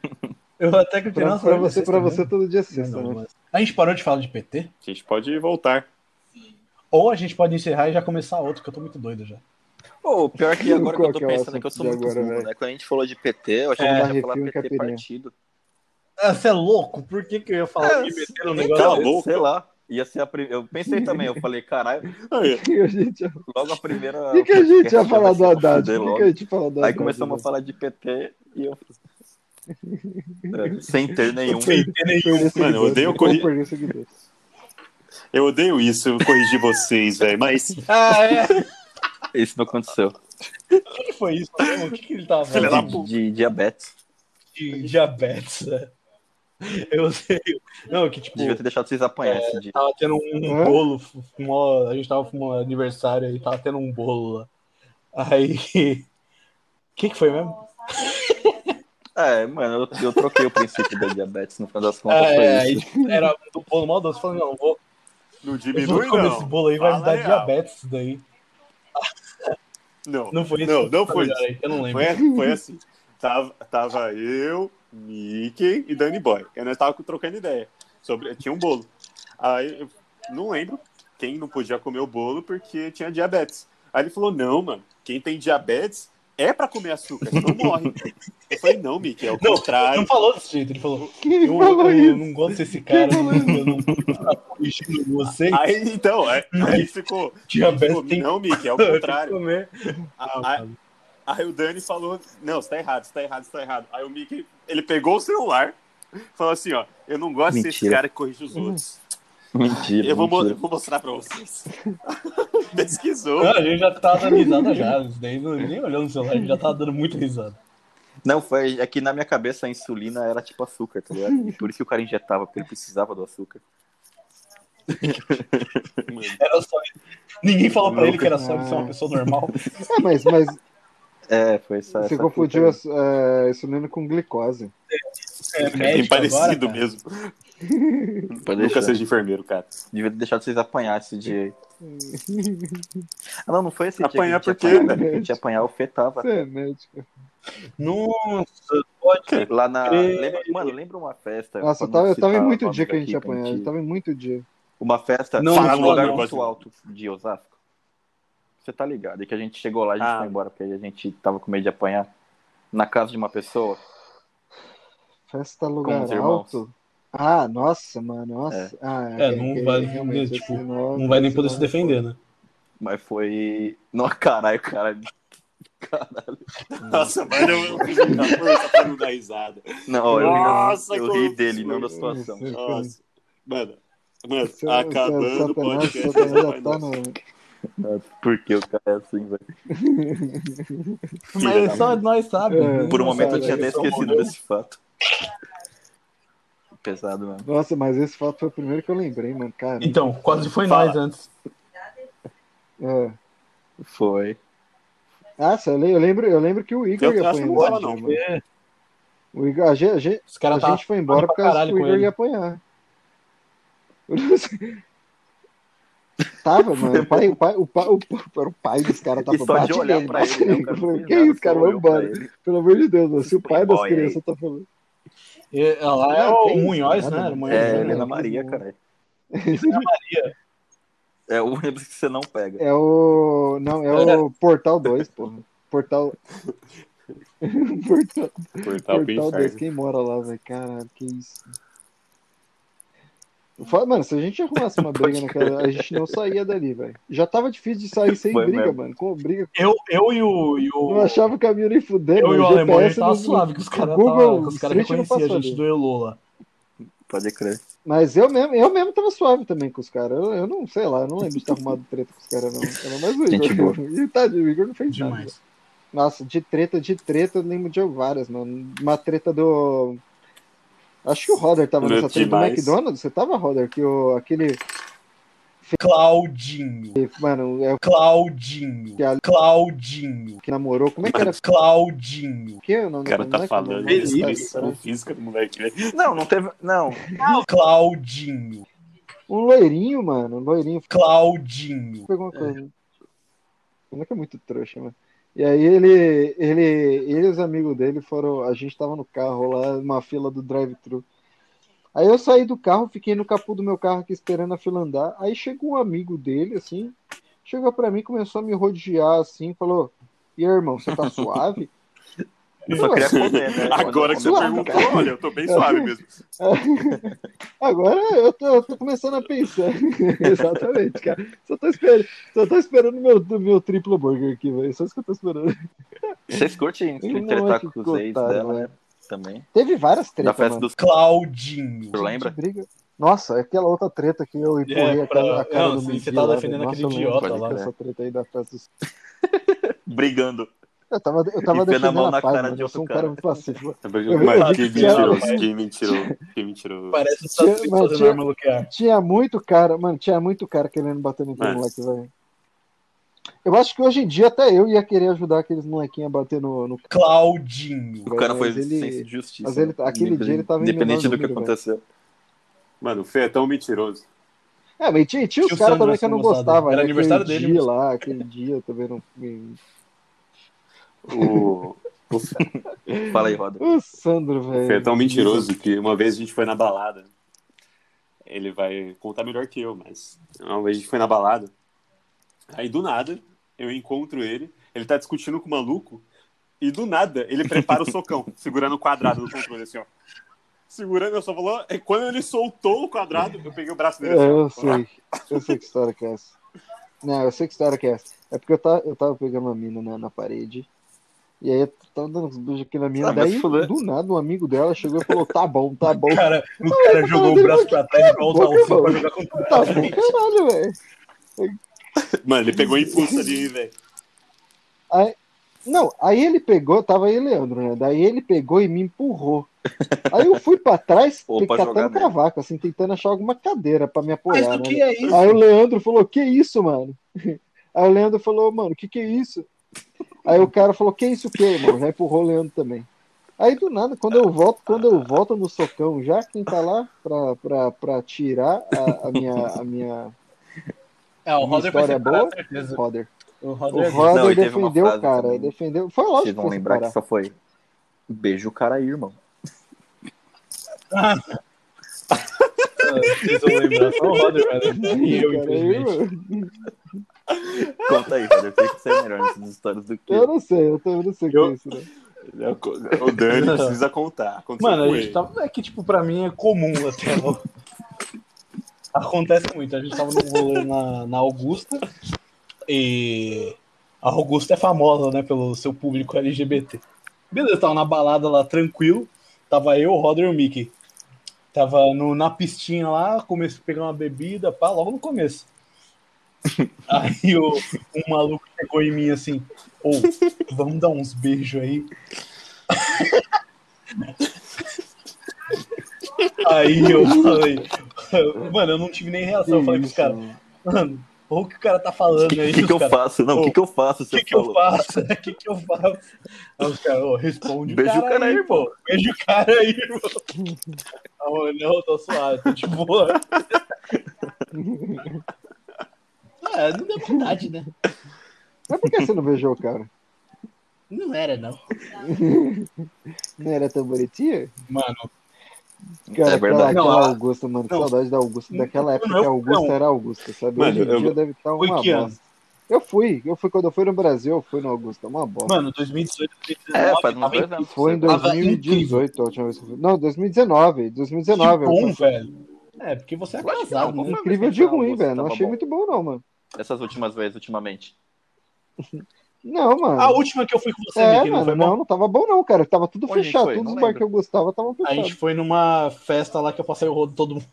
[SPEAKER 2] Eu até acreditei.
[SPEAKER 4] pra,
[SPEAKER 2] nossa,
[SPEAKER 4] pra
[SPEAKER 2] hoje é
[SPEAKER 4] você,
[SPEAKER 2] sexta
[SPEAKER 4] pra
[SPEAKER 2] mesmo.
[SPEAKER 4] você todo dia é
[SPEAKER 2] Não,
[SPEAKER 4] sexta,
[SPEAKER 2] não,
[SPEAKER 4] né?
[SPEAKER 2] mas- A gente parou de falar de PT?
[SPEAKER 1] A gente pode voltar.
[SPEAKER 2] Ou a gente pode encerrar e já começar outro, que eu tô muito doido já.
[SPEAKER 3] Pô, o pior que agora que
[SPEAKER 4] Qual
[SPEAKER 3] eu tô
[SPEAKER 4] que é o
[SPEAKER 3] pensando é que eu sou
[SPEAKER 4] assunto de
[SPEAKER 3] muito
[SPEAKER 4] agora,
[SPEAKER 3] burro,
[SPEAKER 4] velho?
[SPEAKER 3] né? Quando a gente falou de PT, eu achei
[SPEAKER 2] É,
[SPEAKER 3] que a gente ia
[SPEAKER 4] refil
[SPEAKER 3] falar
[SPEAKER 4] e
[SPEAKER 3] PT
[SPEAKER 4] caipirinha.
[SPEAKER 3] partido.
[SPEAKER 2] Ah, Você é louco? Por que, que eu ia falar de PT no negócio?
[SPEAKER 1] Cala a
[SPEAKER 3] Então,
[SPEAKER 1] boca.
[SPEAKER 3] sei lá. Ia ser a pri- Eu pensei também, eu falei, caralho,
[SPEAKER 1] Aí,
[SPEAKER 4] E a gente-
[SPEAKER 3] logo a primeira.
[SPEAKER 4] O que, que a gente ia falar do
[SPEAKER 3] vai se
[SPEAKER 4] Haddad?
[SPEAKER 3] fuder
[SPEAKER 4] O que,
[SPEAKER 3] logo.
[SPEAKER 4] que a gente fala do Haddad?
[SPEAKER 3] Aí começamos a falar de PT e eu. É, sem ter nenhum.
[SPEAKER 4] Perder seguidores.
[SPEAKER 1] Mano, eu odeio
[SPEAKER 4] Ele vai
[SPEAKER 1] corri-
[SPEAKER 4] perder seguidores.
[SPEAKER 1] Eu odeio isso, eu corrigi vocês, velho. Mas
[SPEAKER 2] Ah, é? O
[SPEAKER 3] Isso não aconteceu.
[SPEAKER 2] que foi isso? O que, que ele tava
[SPEAKER 1] Filha da
[SPEAKER 2] falando?
[SPEAKER 3] De, de diabetes.
[SPEAKER 2] De diabetes, né? Eu sei. Não, que tipo,
[SPEAKER 3] Devia ter deixado vocês apanhar
[SPEAKER 4] É.
[SPEAKER 3] esse dia.
[SPEAKER 2] tava tendo um
[SPEAKER 4] Hã?
[SPEAKER 2] bolo, fumou- a gente tava fumando aniversário e tava tendo um bolo lá. Aí. O que, que foi mesmo?
[SPEAKER 3] É, mano, eu, eu troquei o princípio da diabetes, no final das contas
[SPEAKER 2] Ah,
[SPEAKER 3] foi
[SPEAKER 2] é,
[SPEAKER 3] isso.
[SPEAKER 2] aí era um bolo mal doce. Eu Falei, não, eu vou,
[SPEAKER 1] não
[SPEAKER 2] eu vou
[SPEAKER 1] diminui,
[SPEAKER 2] comer esse
[SPEAKER 1] não.
[SPEAKER 2] bolo aí, vai
[SPEAKER 1] Fala
[SPEAKER 2] me dar
[SPEAKER 1] real.
[SPEAKER 2] diabetes isso daí.
[SPEAKER 1] Não,
[SPEAKER 2] Não foi isso?
[SPEAKER 1] não, não
[SPEAKER 2] Tá
[SPEAKER 1] foi
[SPEAKER 2] melhor
[SPEAKER 1] isso.
[SPEAKER 2] aí, Eu não lembro.
[SPEAKER 1] Foi, foi assim. Tava, tava eu, Mickey e Danny Boy. Eu nós tava trocando ideia. Sobre, tinha um bolo. Aí eu não lembro quem não podia comer o bolo porque tinha diabetes. Aí ele falou: não, mano, quem tem diabetes é pra comer açúcar, senão morre. Eu falei, não, Mickey, é o
[SPEAKER 2] Não,
[SPEAKER 1] contrário.
[SPEAKER 2] Não falou desse jeito, ele falou.
[SPEAKER 4] Quem
[SPEAKER 2] Eu, eu-
[SPEAKER 4] falou
[SPEAKER 2] eu
[SPEAKER 4] isso?
[SPEAKER 2] não gosto desse cara, eu
[SPEAKER 4] falou
[SPEAKER 2] não, eu não eu tô corrigindo você.
[SPEAKER 1] Aí então, é- aí ficou.
[SPEAKER 2] Diabetes
[SPEAKER 1] ficou,
[SPEAKER 2] tem
[SPEAKER 1] Não, Mickey, é o
[SPEAKER 2] tem que
[SPEAKER 1] contrário.
[SPEAKER 2] comer.
[SPEAKER 4] Ah,
[SPEAKER 1] A- a- Aí o Dani falou: Não, você tá errado, você tá errado, você tá errado. Aí o Mickey, ele pegou o celular, falou assim: Ó, eu não gosto desse
[SPEAKER 3] Mentira.
[SPEAKER 1] cara que corrige os outros.
[SPEAKER 3] Mentira,
[SPEAKER 1] Eu vou, mo-
[SPEAKER 3] mentira.
[SPEAKER 1] vou mostrar pra vocês. Pesquisou.
[SPEAKER 4] Ah,
[SPEAKER 2] Não, Ah, a gente já tava dando risada já. Isso daí não- nem olhou no celular, a gente já tava dando muito risada.
[SPEAKER 3] Não, foi. É que na minha cabeça a insulina era tipo açúcar, tá ligado? Por isso que o cara injetava, porque ele precisava do açúcar.
[SPEAKER 2] Era só isso. Ninguém falou pra ele que era só
[SPEAKER 4] Ah.
[SPEAKER 2] isso, uma pessoa normal.
[SPEAKER 4] É, mas, mas
[SPEAKER 3] É, foi essa. tá.
[SPEAKER 4] você
[SPEAKER 3] essa
[SPEAKER 4] confundiu
[SPEAKER 3] fita
[SPEAKER 4] a su- é, insulina com glicose.
[SPEAKER 2] É,
[SPEAKER 1] É bem
[SPEAKER 2] médico agora,
[SPEAKER 1] parecido
[SPEAKER 2] cara.
[SPEAKER 1] mesmo.
[SPEAKER 3] aí. Pode
[SPEAKER 1] Nunca
[SPEAKER 3] deixar.
[SPEAKER 1] seja enfermeiro, cara.
[SPEAKER 3] Devia ter deixado vocês apanhar esse dia aí. Ah, não, não foi esse
[SPEAKER 1] Apanhar
[SPEAKER 3] dia.
[SPEAKER 1] por quê,
[SPEAKER 3] apanhar
[SPEAKER 4] velho?
[SPEAKER 3] A gente apanhar, ofetava.
[SPEAKER 4] Você é médico.
[SPEAKER 2] Nossa, pode ser.
[SPEAKER 3] Lá na.
[SPEAKER 2] Crer.
[SPEAKER 3] Lembra, mano, lembra uma festa.
[SPEAKER 4] Nossa, eu
[SPEAKER 3] É, pra
[SPEAKER 4] tava,
[SPEAKER 3] não
[SPEAKER 4] eu tava em
[SPEAKER 3] citar
[SPEAKER 4] muito
[SPEAKER 3] nomes
[SPEAKER 4] dia que a gente
[SPEAKER 3] aqui,
[SPEAKER 4] ia apanhar. Eu tava em muito dia.
[SPEAKER 3] Uma festa
[SPEAKER 2] Não,
[SPEAKER 3] num
[SPEAKER 1] não,
[SPEAKER 3] lugar
[SPEAKER 1] não.
[SPEAKER 3] muito alto de Osasco. Você tá ligado? E que a gente chegou lá, a gente
[SPEAKER 1] Ah.
[SPEAKER 3] foi embora, porque a gente tava com medo de apanhar. Na casa de uma pessoa.
[SPEAKER 4] Festa
[SPEAKER 3] Com os
[SPEAKER 4] lugar
[SPEAKER 3] irmãos.
[SPEAKER 4] alto. Ah, nossa, mano, nossa. Ah,
[SPEAKER 2] É, não vai-
[SPEAKER 4] realmente,
[SPEAKER 2] tipo,
[SPEAKER 4] esse nó-
[SPEAKER 2] Não vai nem
[SPEAKER 4] esse é
[SPEAKER 2] poder
[SPEAKER 4] nó-
[SPEAKER 2] se defender, né?
[SPEAKER 3] Mas foi. Não, caralho, cara.
[SPEAKER 4] Hum.
[SPEAKER 1] Nossa, mano, eu fiz muita força pra não dar risada.
[SPEAKER 3] Não, ó, eu,
[SPEAKER 1] Nossa,
[SPEAKER 3] eu
[SPEAKER 1] como
[SPEAKER 3] ri dele, não da
[SPEAKER 1] foi?
[SPEAKER 3] situação.
[SPEAKER 4] Esse-
[SPEAKER 1] Nossa. Mano, mano
[SPEAKER 4] esse- esse
[SPEAKER 1] acabando o
[SPEAKER 4] Satanás-
[SPEAKER 1] podcast.
[SPEAKER 4] Satanás já
[SPEAKER 1] vai
[SPEAKER 4] tá
[SPEAKER 1] dar-
[SPEAKER 4] no-
[SPEAKER 3] Porque o cara é assim, velho.
[SPEAKER 1] Filha da
[SPEAKER 2] Mas só nós sabe. né?
[SPEAKER 4] É.
[SPEAKER 3] Por um
[SPEAKER 4] Nossa,
[SPEAKER 3] momento eu
[SPEAKER 4] velho,
[SPEAKER 3] tinha até
[SPEAKER 2] só
[SPEAKER 3] esquecido
[SPEAKER 2] morreu.
[SPEAKER 3] desse fato. Pesado, mano.
[SPEAKER 4] Nossa, mas esse fato foi o primeiro que eu lembrei, mano, cara.
[SPEAKER 2] Então, quase foi
[SPEAKER 1] Fala.
[SPEAKER 2] nós antes.
[SPEAKER 4] É. Tá
[SPEAKER 3] Foi.
[SPEAKER 4] Nossa, Ah, eu le- eu lembro, eu lembro que o Igor
[SPEAKER 1] Eu
[SPEAKER 4] ia
[SPEAKER 1] acho que
[SPEAKER 4] apanhar.
[SPEAKER 1] não
[SPEAKER 4] nesse
[SPEAKER 1] tava,
[SPEAKER 4] dia,
[SPEAKER 1] não.
[SPEAKER 4] mano. O Igor, a gente, a gente-
[SPEAKER 2] Os caras
[SPEAKER 4] a
[SPEAKER 2] tá.
[SPEAKER 4] gente foi embora
[SPEAKER 2] pra
[SPEAKER 4] por causa que
[SPEAKER 2] caralho
[SPEAKER 4] o
[SPEAKER 2] com
[SPEAKER 4] Igor
[SPEAKER 2] ele.
[SPEAKER 4] ia apanhar. Eu não sei. Tava, mano. O pai, o pai, o pai, o pai, o pai dos caras
[SPEAKER 3] e
[SPEAKER 4] tava
[SPEAKER 3] só de
[SPEAKER 4] bate
[SPEAKER 3] olhar
[SPEAKER 4] nele,
[SPEAKER 3] pra
[SPEAKER 4] bate
[SPEAKER 3] ele, né,
[SPEAKER 4] nele.
[SPEAKER 3] o cara
[SPEAKER 4] Eu
[SPEAKER 3] não
[SPEAKER 4] falei,
[SPEAKER 3] fez
[SPEAKER 4] Que
[SPEAKER 3] nada,
[SPEAKER 4] isso,
[SPEAKER 3] só
[SPEAKER 4] cara? Vamos
[SPEAKER 3] olhou pra
[SPEAKER 4] embora.
[SPEAKER 3] ele.
[SPEAKER 4] Pelo amor de Deus, mano. Se o pai das
[SPEAKER 3] Playboy aí.
[SPEAKER 4] crianças tá falando.
[SPEAKER 2] E- Lá é
[SPEAKER 4] Não,
[SPEAKER 2] o
[SPEAKER 4] tem isso,
[SPEAKER 2] Munhoz,
[SPEAKER 4] nada,
[SPEAKER 2] né? Era o
[SPEAKER 4] mano.
[SPEAKER 2] Munhoz.
[SPEAKER 3] É,
[SPEAKER 4] Olha,
[SPEAKER 3] Helena
[SPEAKER 4] que
[SPEAKER 3] Maria,
[SPEAKER 4] bom.
[SPEAKER 3] cara. É o ônibus que você não pega.
[SPEAKER 4] É o. Não, é o Portal 2, porra. Portal. Portal
[SPEAKER 3] Tá
[SPEAKER 1] Portal pro
[SPEAKER 4] Portal 2,
[SPEAKER 1] inferno.
[SPEAKER 4] quem mora lá, velho? Caralho, que isso. Fala, Mano, se a gente arrumasse uma briga naquela. A gente não saía dali, velho. Já tava difícil de sair sem
[SPEAKER 3] Foi
[SPEAKER 4] briga,
[SPEAKER 3] mesmo.
[SPEAKER 4] mano. Com briga.
[SPEAKER 2] Eu, eu e o. E
[SPEAKER 4] Não
[SPEAKER 2] o...
[SPEAKER 4] achava o caminho nem fudendo.
[SPEAKER 2] Eu e o
[SPEAKER 4] mano.
[SPEAKER 2] alemão ele
[SPEAKER 4] GPS
[SPEAKER 2] tava
[SPEAKER 4] não-
[SPEAKER 2] suave, que os caras
[SPEAKER 4] Google
[SPEAKER 2] tava- que os caras
[SPEAKER 4] Street não
[SPEAKER 2] reconheciam a
[SPEAKER 4] passou
[SPEAKER 2] gente
[SPEAKER 4] ali.
[SPEAKER 2] do Elô lá.
[SPEAKER 3] Pode crer.
[SPEAKER 4] Mas eu mesmo, eu mesmo tava suave também com os caras. Eu, eu não sei lá, eu não lembro de ter arrumado treta com os caras, não. Era mais o
[SPEAKER 3] Gente
[SPEAKER 4] Igor. E tá, o Igor não fez nada.
[SPEAKER 2] Demais.
[SPEAKER 4] Nossa, de treta, de treta, eu lembro de várias, mano. Uma treta do. Acho que o Roder tava
[SPEAKER 1] Lembro
[SPEAKER 4] nessa treta do
[SPEAKER 1] demais.
[SPEAKER 4] McDonald's. Você tava, Roder? Que o, aquele.
[SPEAKER 2] Claudinho.
[SPEAKER 4] Mano, é o
[SPEAKER 2] Claudinho.
[SPEAKER 4] Que a-
[SPEAKER 2] Claudinho.
[SPEAKER 4] que namorou. Como é que era?
[SPEAKER 2] Claudinho.
[SPEAKER 4] Que é o nome
[SPEAKER 1] O cara
[SPEAKER 4] do
[SPEAKER 1] tá
[SPEAKER 4] moleque?
[SPEAKER 1] falando
[SPEAKER 4] Não, não,
[SPEAKER 1] de
[SPEAKER 4] não,
[SPEAKER 1] descrição física do moleque. né?
[SPEAKER 3] Não, não teve. Não.
[SPEAKER 2] Claudinho.
[SPEAKER 4] Um loirinho, mano. Um loirinho.
[SPEAKER 2] Claudinho.
[SPEAKER 4] Pegou uma coisa. Como é que é muito trouxa, mano? E aí ele, ele, ele e os amigos dele foram. A gente tava no carro lá, numa fila do drive-thru. Aí eu saí do carro, fiquei no capô do meu carro aqui esperando a fila andar. Aí chegou um amigo dele, assim, chegou pra mim, começou a me rodear assim, falou: E aí, irmão, você tá suave?
[SPEAKER 3] Eu só queria comer, né?
[SPEAKER 1] Agora que você
[SPEAKER 4] Suave,
[SPEAKER 1] perguntou, olha, eu tô bem suave mesmo.
[SPEAKER 4] Agora eu tô, eu tô começando a pensar. Exatamente, cara. Só tô esperando, só tô esperando meu, do meu triplo burger aqui, velho. Só isso que eu tô esperando.
[SPEAKER 3] Vocês curtem tipo,
[SPEAKER 4] Ele não
[SPEAKER 3] tretar
[SPEAKER 4] é
[SPEAKER 3] com os
[SPEAKER 4] ficou
[SPEAKER 3] ex
[SPEAKER 4] otário,
[SPEAKER 3] dela,
[SPEAKER 4] né?
[SPEAKER 3] né? também.
[SPEAKER 4] Teve várias
[SPEAKER 3] da
[SPEAKER 4] tretas,
[SPEAKER 3] festa
[SPEAKER 4] mano.
[SPEAKER 3] dos
[SPEAKER 2] Claudinho.
[SPEAKER 3] Tu lembra?
[SPEAKER 4] Briga. Nossa, aquela outra treta que eu empurrei
[SPEAKER 2] É, pra-
[SPEAKER 4] a cara, a cara
[SPEAKER 2] não,
[SPEAKER 4] do
[SPEAKER 2] sim,
[SPEAKER 4] Luiz
[SPEAKER 2] você
[SPEAKER 4] Gil
[SPEAKER 2] tava
[SPEAKER 4] lá,
[SPEAKER 2] defendendo
[SPEAKER 4] velho.
[SPEAKER 2] aquele
[SPEAKER 4] Nossa, eu lembro
[SPEAKER 2] idiota né?
[SPEAKER 4] dessa
[SPEAKER 3] lá,
[SPEAKER 4] Essa treta aí da festa dos
[SPEAKER 3] Brigando.
[SPEAKER 4] Eu tava, eu
[SPEAKER 3] E pena
[SPEAKER 4] tava
[SPEAKER 3] a
[SPEAKER 4] defendendo
[SPEAKER 3] mão
[SPEAKER 4] a
[SPEAKER 3] na
[SPEAKER 4] paz,
[SPEAKER 3] cara
[SPEAKER 4] mano.
[SPEAKER 3] de
[SPEAKER 4] Eu
[SPEAKER 3] outro
[SPEAKER 4] sou um cara
[SPEAKER 3] cara.
[SPEAKER 4] muito pacífico.
[SPEAKER 1] Mas,
[SPEAKER 4] eu-
[SPEAKER 1] que
[SPEAKER 4] eu-
[SPEAKER 1] mentiroso, que mentiroso, que mentiroso.
[SPEAKER 2] Parece o
[SPEAKER 4] Tinha-
[SPEAKER 2] Saci
[SPEAKER 4] mas
[SPEAKER 2] fazendo
[SPEAKER 4] tinha-
[SPEAKER 2] arma nuclear.
[SPEAKER 4] Tinha muito cara, mano, tinha muito cara querendo bater naquele
[SPEAKER 1] Mas-
[SPEAKER 4] moleque, velho. Eu acho que hoje em dia até eu ia querer ajudar aqueles molequinhos a bater no, no cara.
[SPEAKER 2] Claudinho.
[SPEAKER 3] O cara foi
[SPEAKER 4] Mas ele-
[SPEAKER 3] senso de justiça.
[SPEAKER 4] mas ele-
[SPEAKER 3] né?
[SPEAKER 4] aquele dia ele tava
[SPEAKER 3] Independente
[SPEAKER 4] enganando
[SPEAKER 3] do
[SPEAKER 4] o
[SPEAKER 3] que
[SPEAKER 4] número, né?
[SPEAKER 3] aconteceu.
[SPEAKER 1] Mano, o Fê é tão mentiroso.
[SPEAKER 4] É, mas tinha, tinha
[SPEAKER 2] Tinha
[SPEAKER 4] os
[SPEAKER 2] o
[SPEAKER 4] caras
[SPEAKER 2] Sandro
[SPEAKER 4] também que eu não
[SPEAKER 2] sendo gostado.
[SPEAKER 4] gostava.
[SPEAKER 2] Era
[SPEAKER 4] né?
[SPEAKER 2] aniversário
[SPEAKER 4] aquele
[SPEAKER 2] dele,
[SPEAKER 4] Dia lá, aquele dia eu também não. me-
[SPEAKER 1] O, o
[SPEAKER 3] Fala aí, Roda.
[SPEAKER 4] O Sandro, velho.
[SPEAKER 1] Foi é tão mentiroso que uma vez a gente foi na balada. Ele vai contar melhor que eu, mas uma vez a gente foi na balada. Aí do nada eu encontro ele, ele tá discutindo com o maluco e do nada ele prepara o socão, segurando o quadrado do controle assim, ó. Segurando, eu só falou, e quando ele soltou o quadrado, eu peguei o braço dele.
[SPEAKER 4] É, eu
[SPEAKER 1] assim, ó.
[SPEAKER 4] sei. Eu sei que história que é essa. Não, eu sei que história que é essa. É porque eu tava, eu tava pegando uma mina na, na parede. E aí eu tava dando uns beijos aqui na mina.
[SPEAKER 3] Ah, mas
[SPEAKER 4] daí,
[SPEAKER 3] fulano-
[SPEAKER 4] do nada, um amigo dela chegou e falou: tá bom, tá bom.
[SPEAKER 2] O cara, o cara jogou o braço pra trás igual o
[SPEAKER 4] Boca,
[SPEAKER 2] Dalcinho pra
[SPEAKER 4] mano.
[SPEAKER 2] jogar com o
[SPEAKER 4] Tá bom, caralho, velho. É.
[SPEAKER 1] Mano, ele pegou impulso ali, velho.
[SPEAKER 4] Não, aí ele pegou, tava aí Leandro, né? Daí ele pegou e me empurrou. Aí eu fui pra trás,
[SPEAKER 3] Ou
[SPEAKER 4] pe-
[SPEAKER 3] pra jogar
[SPEAKER 4] catando
[SPEAKER 3] nele.
[SPEAKER 4] cavaco, assim, tentando achar alguma cadeira pra me
[SPEAKER 2] Mas
[SPEAKER 4] apoiar.
[SPEAKER 2] o
[SPEAKER 4] né?
[SPEAKER 2] que é isso?
[SPEAKER 4] Aí o Leandro falou, que isso, mano? Aí o Leandro falou, mano, que que é isso? Aí o cara falou, que isso o que, mano? Já empurrou o Leandro também. Aí do nada, quando eu volto, quando eu volto no socão, já quem tá lá pra, pra, pra tirar a, a minha, a minha
[SPEAKER 2] É, o
[SPEAKER 4] Minha
[SPEAKER 2] Roder foi
[SPEAKER 4] história é
[SPEAKER 2] separar,
[SPEAKER 4] boa?
[SPEAKER 2] certeza.
[SPEAKER 4] roder.
[SPEAKER 2] O
[SPEAKER 4] O
[SPEAKER 2] Roder é
[SPEAKER 4] Roder
[SPEAKER 3] Não, e teve uma
[SPEAKER 4] defendeu
[SPEAKER 3] frase
[SPEAKER 4] o cara,
[SPEAKER 3] também.
[SPEAKER 4] defendeu. Foi
[SPEAKER 3] Vocês
[SPEAKER 4] lógico
[SPEAKER 3] vão
[SPEAKER 4] que foi
[SPEAKER 3] lembrar
[SPEAKER 4] separar.
[SPEAKER 3] que só foi. Beijo o cara aí, irmão.
[SPEAKER 2] vocês vão lembrar. Só o Roder, é velho. E eu,
[SPEAKER 4] Cara,
[SPEAKER 2] infelizmente.
[SPEAKER 4] eu-
[SPEAKER 3] Conta aí, Roda. Eu sei que você é melhor nessas histórias do que.
[SPEAKER 4] Eu não sei, eu também não sei o que é isso, né?
[SPEAKER 1] O Dani precisa contar. Aconteceu
[SPEAKER 2] Mano,
[SPEAKER 1] com
[SPEAKER 2] a gente
[SPEAKER 1] ele.
[SPEAKER 2] tava. É que, tipo, pra mim é comum até. ó. Acontece muito. A gente tava num rolê na, na Augusta. E. A Augusta é famosa, né, pelo seu público LGBT. Beleza, tava na balada lá tranquilo. Tava eu, o Roder e o Mickey. Tava no, na pistinha lá, comecei a pegar uma bebida, pá, logo no começo. Aí o, um maluco chegou em mim assim, ô, vamos dar uns beijos aí. Aí eu falei, mano, eu não tive nem reação. Eu falei pros
[SPEAKER 4] Isso,
[SPEAKER 2] caras,
[SPEAKER 4] mano.
[SPEAKER 2] mano, ou o que o cara tá falando aí,
[SPEAKER 3] O que, que eu
[SPEAKER 2] os caras,
[SPEAKER 3] faço? Não, o que, que eu faço?
[SPEAKER 2] o
[SPEAKER 3] Você
[SPEAKER 2] que, que eu
[SPEAKER 3] falou.
[SPEAKER 2] faço? O que, que eu faço? Aí os caras, ô, responde o
[SPEAKER 3] Beijo
[SPEAKER 2] cara,
[SPEAKER 3] o cara
[SPEAKER 2] aí,
[SPEAKER 3] aí,
[SPEAKER 2] pô. Beijo o cara aí, irmão. Ah, mano, não, tô suave, tô de boa. Ah, não deu vontade, né?
[SPEAKER 4] Mas por que você não beijou o cara?
[SPEAKER 2] Não era, não.
[SPEAKER 4] Não era tão bonitinha?
[SPEAKER 2] Mano,
[SPEAKER 4] Cara,
[SPEAKER 3] É verdade.
[SPEAKER 4] aquela,
[SPEAKER 2] Não,
[SPEAKER 4] aquela
[SPEAKER 2] a-
[SPEAKER 4] Augusta, mano, que
[SPEAKER 2] não.
[SPEAKER 4] saudade da Augusta. Daquela época
[SPEAKER 2] não, é
[SPEAKER 4] que a Augusta
[SPEAKER 2] não.
[SPEAKER 4] era Augusta, sabe?
[SPEAKER 1] Mano,
[SPEAKER 4] Hoje em
[SPEAKER 1] eu-
[SPEAKER 4] dia deve estar
[SPEAKER 2] foi
[SPEAKER 4] uma
[SPEAKER 2] que ano?
[SPEAKER 4] bosta. Eu fui, eu fui quando eu fui no Brasil, eu fui no Augusta, uma bosta.
[SPEAKER 2] mano, 2018, 2019,
[SPEAKER 3] É, faz uns
[SPEAKER 2] tava
[SPEAKER 3] dois anos.
[SPEAKER 4] Foi em
[SPEAKER 2] tava
[SPEAKER 4] 2018 a última vez que eu fui. Não, 2019, 2019.
[SPEAKER 2] que bom,
[SPEAKER 4] eu-
[SPEAKER 2] velho. É, porque você é
[SPEAKER 3] Eu acho que
[SPEAKER 2] casado,
[SPEAKER 3] não,
[SPEAKER 2] né?
[SPEAKER 3] vamos-
[SPEAKER 4] Incrível de ruim,
[SPEAKER 3] Augusta, tá
[SPEAKER 4] velho. Não
[SPEAKER 3] tava
[SPEAKER 4] achei
[SPEAKER 3] bom.
[SPEAKER 4] muito bom, não, mano.
[SPEAKER 3] Essas últimas vezes, ultimamente.
[SPEAKER 4] Não, mano.
[SPEAKER 2] A última que eu fui com Ah, você,
[SPEAKER 4] é,
[SPEAKER 2] Mickey, não
[SPEAKER 4] mano,
[SPEAKER 2] foi
[SPEAKER 4] não,
[SPEAKER 2] bom?
[SPEAKER 4] não, tava bom, não, cara. Tava tudo
[SPEAKER 3] Onde a gente
[SPEAKER 4] fechado.
[SPEAKER 3] foi?
[SPEAKER 4] Todos
[SPEAKER 3] Não
[SPEAKER 4] os bares
[SPEAKER 3] lembro.
[SPEAKER 4] que eu gostava estavam
[SPEAKER 2] A gente
[SPEAKER 4] fechados.
[SPEAKER 2] foi numa festa lá que eu passei o rodo todo mundo.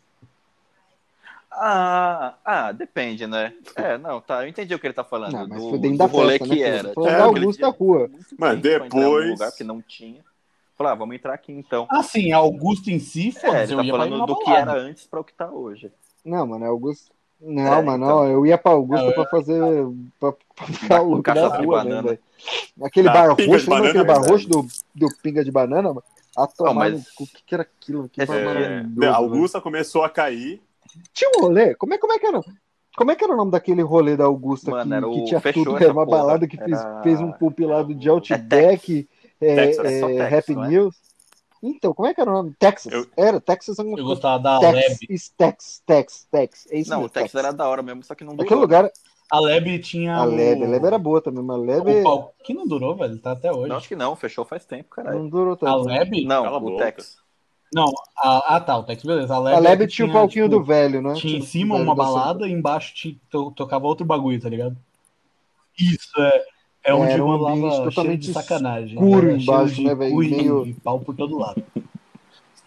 [SPEAKER 3] Ah, ah, depende, né? É, não, tá. Eu entendi o que ele tá falando.
[SPEAKER 4] Não, mas
[SPEAKER 3] do,
[SPEAKER 4] foi
[SPEAKER 3] do
[SPEAKER 4] dentro da
[SPEAKER 3] rolê
[SPEAKER 4] festa, né,
[SPEAKER 3] que
[SPEAKER 4] cara?
[SPEAKER 3] era.
[SPEAKER 4] Foi
[SPEAKER 1] na
[SPEAKER 3] aquele
[SPEAKER 4] Augusta
[SPEAKER 3] dia
[SPEAKER 4] Rua.
[SPEAKER 3] foi muito
[SPEAKER 1] Mas
[SPEAKER 3] tempo pra entrar em algum
[SPEAKER 1] depois-
[SPEAKER 3] lugar que não tinha. Falar, ah, vamos entrar aqui então.
[SPEAKER 2] Ah, sim, Augusto em si,
[SPEAKER 3] É,
[SPEAKER 2] foda-se,
[SPEAKER 3] ele
[SPEAKER 2] eu ia
[SPEAKER 3] tá
[SPEAKER 2] pra ir
[SPEAKER 3] falando
[SPEAKER 2] numa
[SPEAKER 3] do que
[SPEAKER 2] balada.
[SPEAKER 3] era antes pra o que tá hoje.
[SPEAKER 4] Não, mano, é Augusto. Não,
[SPEAKER 3] É,
[SPEAKER 4] mano,
[SPEAKER 3] então.
[SPEAKER 4] ó, eu ia pra Augusta
[SPEAKER 2] Não, eu-
[SPEAKER 1] é.
[SPEAKER 4] pra fazer. pra, pra ficar o louco
[SPEAKER 3] Cachaça
[SPEAKER 4] da
[SPEAKER 3] de
[SPEAKER 4] rua
[SPEAKER 3] banana.
[SPEAKER 4] mesmo, velho. Aquele
[SPEAKER 1] Ah,
[SPEAKER 4] bar
[SPEAKER 1] né, pinga de
[SPEAKER 4] roxo, lembra
[SPEAKER 1] banana,
[SPEAKER 4] aquele
[SPEAKER 1] é
[SPEAKER 4] bar
[SPEAKER 3] verdade.
[SPEAKER 4] roxo do, do pinga de banana? mano? A tomar
[SPEAKER 3] Não, mas-
[SPEAKER 4] no cu, o que, que era aquilo? Que
[SPEAKER 3] É,
[SPEAKER 4] bar maravilhoso,
[SPEAKER 1] Né, A
[SPEAKER 4] velho.
[SPEAKER 1] Augusta começou a cair.
[SPEAKER 4] Tinha um rolê? Como é, como é que era? Como é que era o nome daquele rolê da Augusta
[SPEAKER 3] Mano,
[SPEAKER 4] que,
[SPEAKER 3] era
[SPEAKER 4] que
[SPEAKER 3] o-
[SPEAKER 4] tinha
[SPEAKER 3] fechou
[SPEAKER 4] tudo?
[SPEAKER 3] essa
[SPEAKER 4] Era uma
[SPEAKER 3] porra.
[SPEAKER 4] balada que fez,
[SPEAKER 3] Era- É
[SPEAKER 4] fez um compilado de
[SPEAKER 3] Texas.
[SPEAKER 4] Outback, é,
[SPEAKER 1] Texas,
[SPEAKER 4] é,
[SPEAKER 3] só Texas,
[SPEAKER 4] Happy
[SPEAKER 3] não é?
[SPEAKER 4] News. Então, como é que era o nome? Texas.
[SPEAKER 1] Eu-
[SPEAKER 4] Era, Texas alguma
[SPEAKER 2] Eu
[SPEAKER 4] coisa.
[SPEAKER 2] gostava da
[SPEAKER 4] Texas,
[SPEAKER 2] Leb.
[SPEAKER 4] Texas, Texas, Texas. É isso
[SPEAKER 3] Não, o
[SPEAKER 4] mesmo,
[SPEAKER 3] Texas era da hora mesmo, só que não durou.
[SPEAKER 4] Aquele lugar,
[SPEAKER 2] A Leb tinha.
[SPEAKER 4] a Leb,
[SPEAKER 2] Ah, o...
[SPEAKER 4] a Leb era boa também, mas a Leb
[SPEAKER 2] O pau que não durou, velho, tá até hoje.
[SPEAKER 3] Não, acho que não, fechou faz tempo, caralho.
[SPEAKER 4] não durou
[SPEAKER 2] A
[SPEAKER 4] tanto.
[SPEAKER 2] Leb?
[SPEAKER 3] Não,
[SPEAKER 1] Cala a
[SPEAKER 3] o
[SPEAKER 1] boca.
[SPEAKER 3] Texas.
[SPEAKER 2] Não, a, ah tá, o Tex, beleza. A Leb,
[SPEAKER 4] A
[SPEAKER 2] é
[SPEAKER 4] Leb
[SPEAKER 2] que
[SPEAKER 4] tinha o palquinho
[SPEAKER 2] tipo,
[SPEAKER 4] do velho, né?
[SPEAKER 2] Tinha em
[SPEAKER 4] Tipo,
[SPEAKER 2] cima
[SPEAKER 4] velho
[SPEAKER 2] uma
[SPEAKER 4] dançando.
[SPEAKER 2] balada e embaixo tinha- to- tocava outro bagulho, tá ligado? Isso, é. É onde
[SPEAKER 4] Era um
[SPEAKER 2] rolava
[SPEAKER 4] ambiente
[SPEAKER 2] cheiro
[SPEAKER 4] totalmente
[SPEAKER 2] de sacanagem.
[SPEAKER 4] escuro
[SPEAKER 2] Era cheiro
[SPEAKER 4] embaixo,
[SPEAKER 2] de
[SPEAKER 4] né, velho?
[SPEAKER 2] cu e-
[SPEAKER 4] Meio-
[SPEAKER 2] E pau por todo lado.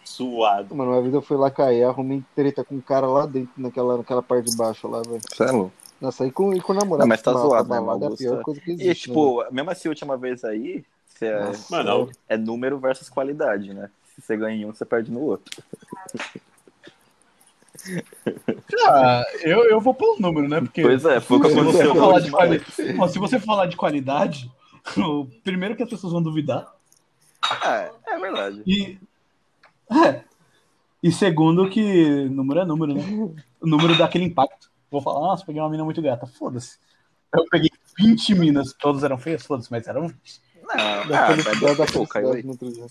[SPEAKER 1] Suado.
[SPEAKER 4] Mano, uma vez eu fui lá cair, arrumei treta com um cara lá dentro, naquela, naquela parte de baixo lá, velho.
[SPEAKER 3] Isso é louco.
[SPEAKER 4] Nossa, aí com, e com o namorado.
[SPEAKER 3] Não, mas tá
[SPEAKER 4] pra-
[SPEAKER 3] zoado,
[SPEAKER 4] pra
[SPEAKER 3] né,
[SPEAKER 4] balada É a
[SPEAKER 3] Augusto?
[SPEAKER 4] pior coisa que existe.
[SPEAKER 3] E,
[SPEAKER 4] né,
[SPEAKER 3] tipo, mesmo assim, a última vez aí, você é,
[SPEAKER 1] Mano,
[SPEAKER 3] é número versus qualidade, né? Se você ganha em um, você perde no outro.
[SPEAKER 2] Ah, eu, eu vou pelo número, né? Porque
[SPEAKER 3] Pois é, foi o que
[SPEAKER 2] se você
[SPEAKER 3] aconteceu. na
[SPEAKER 2] falar de
[SPEAKER 3] última
[SPEAKER 2] quali-
[SPEAKER 3] vez.
[SPEAKER 2] Ó, se você falar de qualidade, o primeiro que as pessoas vão duvidar.
[SPEAKER 3] Ah, é verdade.
[SPEAKER 2] E. É. E segundo, que número é número, né? O número dá aquele impacto. Vou falar, nossa, peguei uma mina muito gata. Foda-se. Eu peguei 20 minas, todas eram feias, foda-se, mas eram.
[SPEAKER 3] Não, ah,
[SPEAKER 4] Da felicidade da
[SPEAKER 3] mas pô, caiu
[SPEAKER 4] felicidade
[SPEAKER 3] aí.
[SPEAKER 4] no outro dia.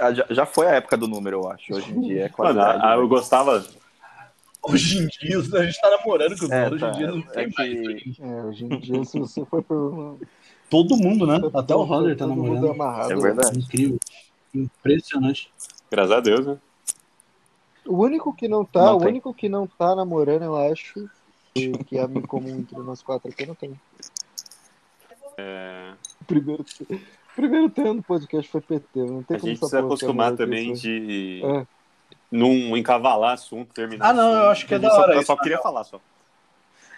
[SPEAKER 3] Ah, já, já foi a época do número, eu acho. Hoje em dia é
[SPEAKER 1] mano,
[SPEAKER 3] qualidade.
[SPEAKER 2] né?
[SPEAKER 1] ah, eu gostava.
[SPEAKER 2] Hoje em dia, a gente tá namorando com os
[SPEAKER 3] É,
[SPEAKER 2] outros, hoje
[SPEAKER 3] tá.
[SPEAKER 2] em dia não tem
[SPEAKER 3] É
[SPEAKER 2] mais.
[SPEAKER 4] É, hoje em dia, se você for por.
[SPEAKER 2] Todo mundo, né?
[SPEAKER 4] foi-
[SPEAKER 2] Até o
[SPEAKER 4] foi-
[SPEAKER 2] Roger tá
[SPEAKER 4] todo mundo
[SPEAKER 2] namorando.
[SPEAKER 4] amarrado. né?
[SPEAKER 3] É verdade.
[SPEAKER 2] Incrível. Impressionante.
[SPEAKER 1] Graças a Deus, né?
[SPEAKER 4] O único que não tá,
[SPEAKER 3] Não
[SPEAKER 4] o
[SPEAKER 3] tem.
[SPEAKER 4] único que não tá namorando, eu acho, que, que é amigo comum entre nós quatro aqui, não tem.
[SPEAKER 1] É.
[SPEAKER 4] Primeiro, primeiro tema do podcast foi PT, não tem
[SPEAKER 1] A
[SPEAKER 4] como
[SPEAKER 1] gente precisa
[SPEAKER 4] essa porra ficar
[SPEAKER 1] acostumar
[SPEAKER 4] melhor que
[SPEAKER 1] também
[SPEAKER 4] isso.
[SPEAKER 1] de
[SPEAKER 4] É.
[SPEAKER 1] não encavalar assunto, terminar.
[SPEAKER 2] Ah, não,
[SPEAKER 1] assunto.
[SPEAKER 2] eu acho que é da
[SPEAKER 1] só-
[SPEAKER 2] hora
[SPEAKER 1] Eu
[SPEAKER 2] isso,
[SPEAKER 1] só queria falar só.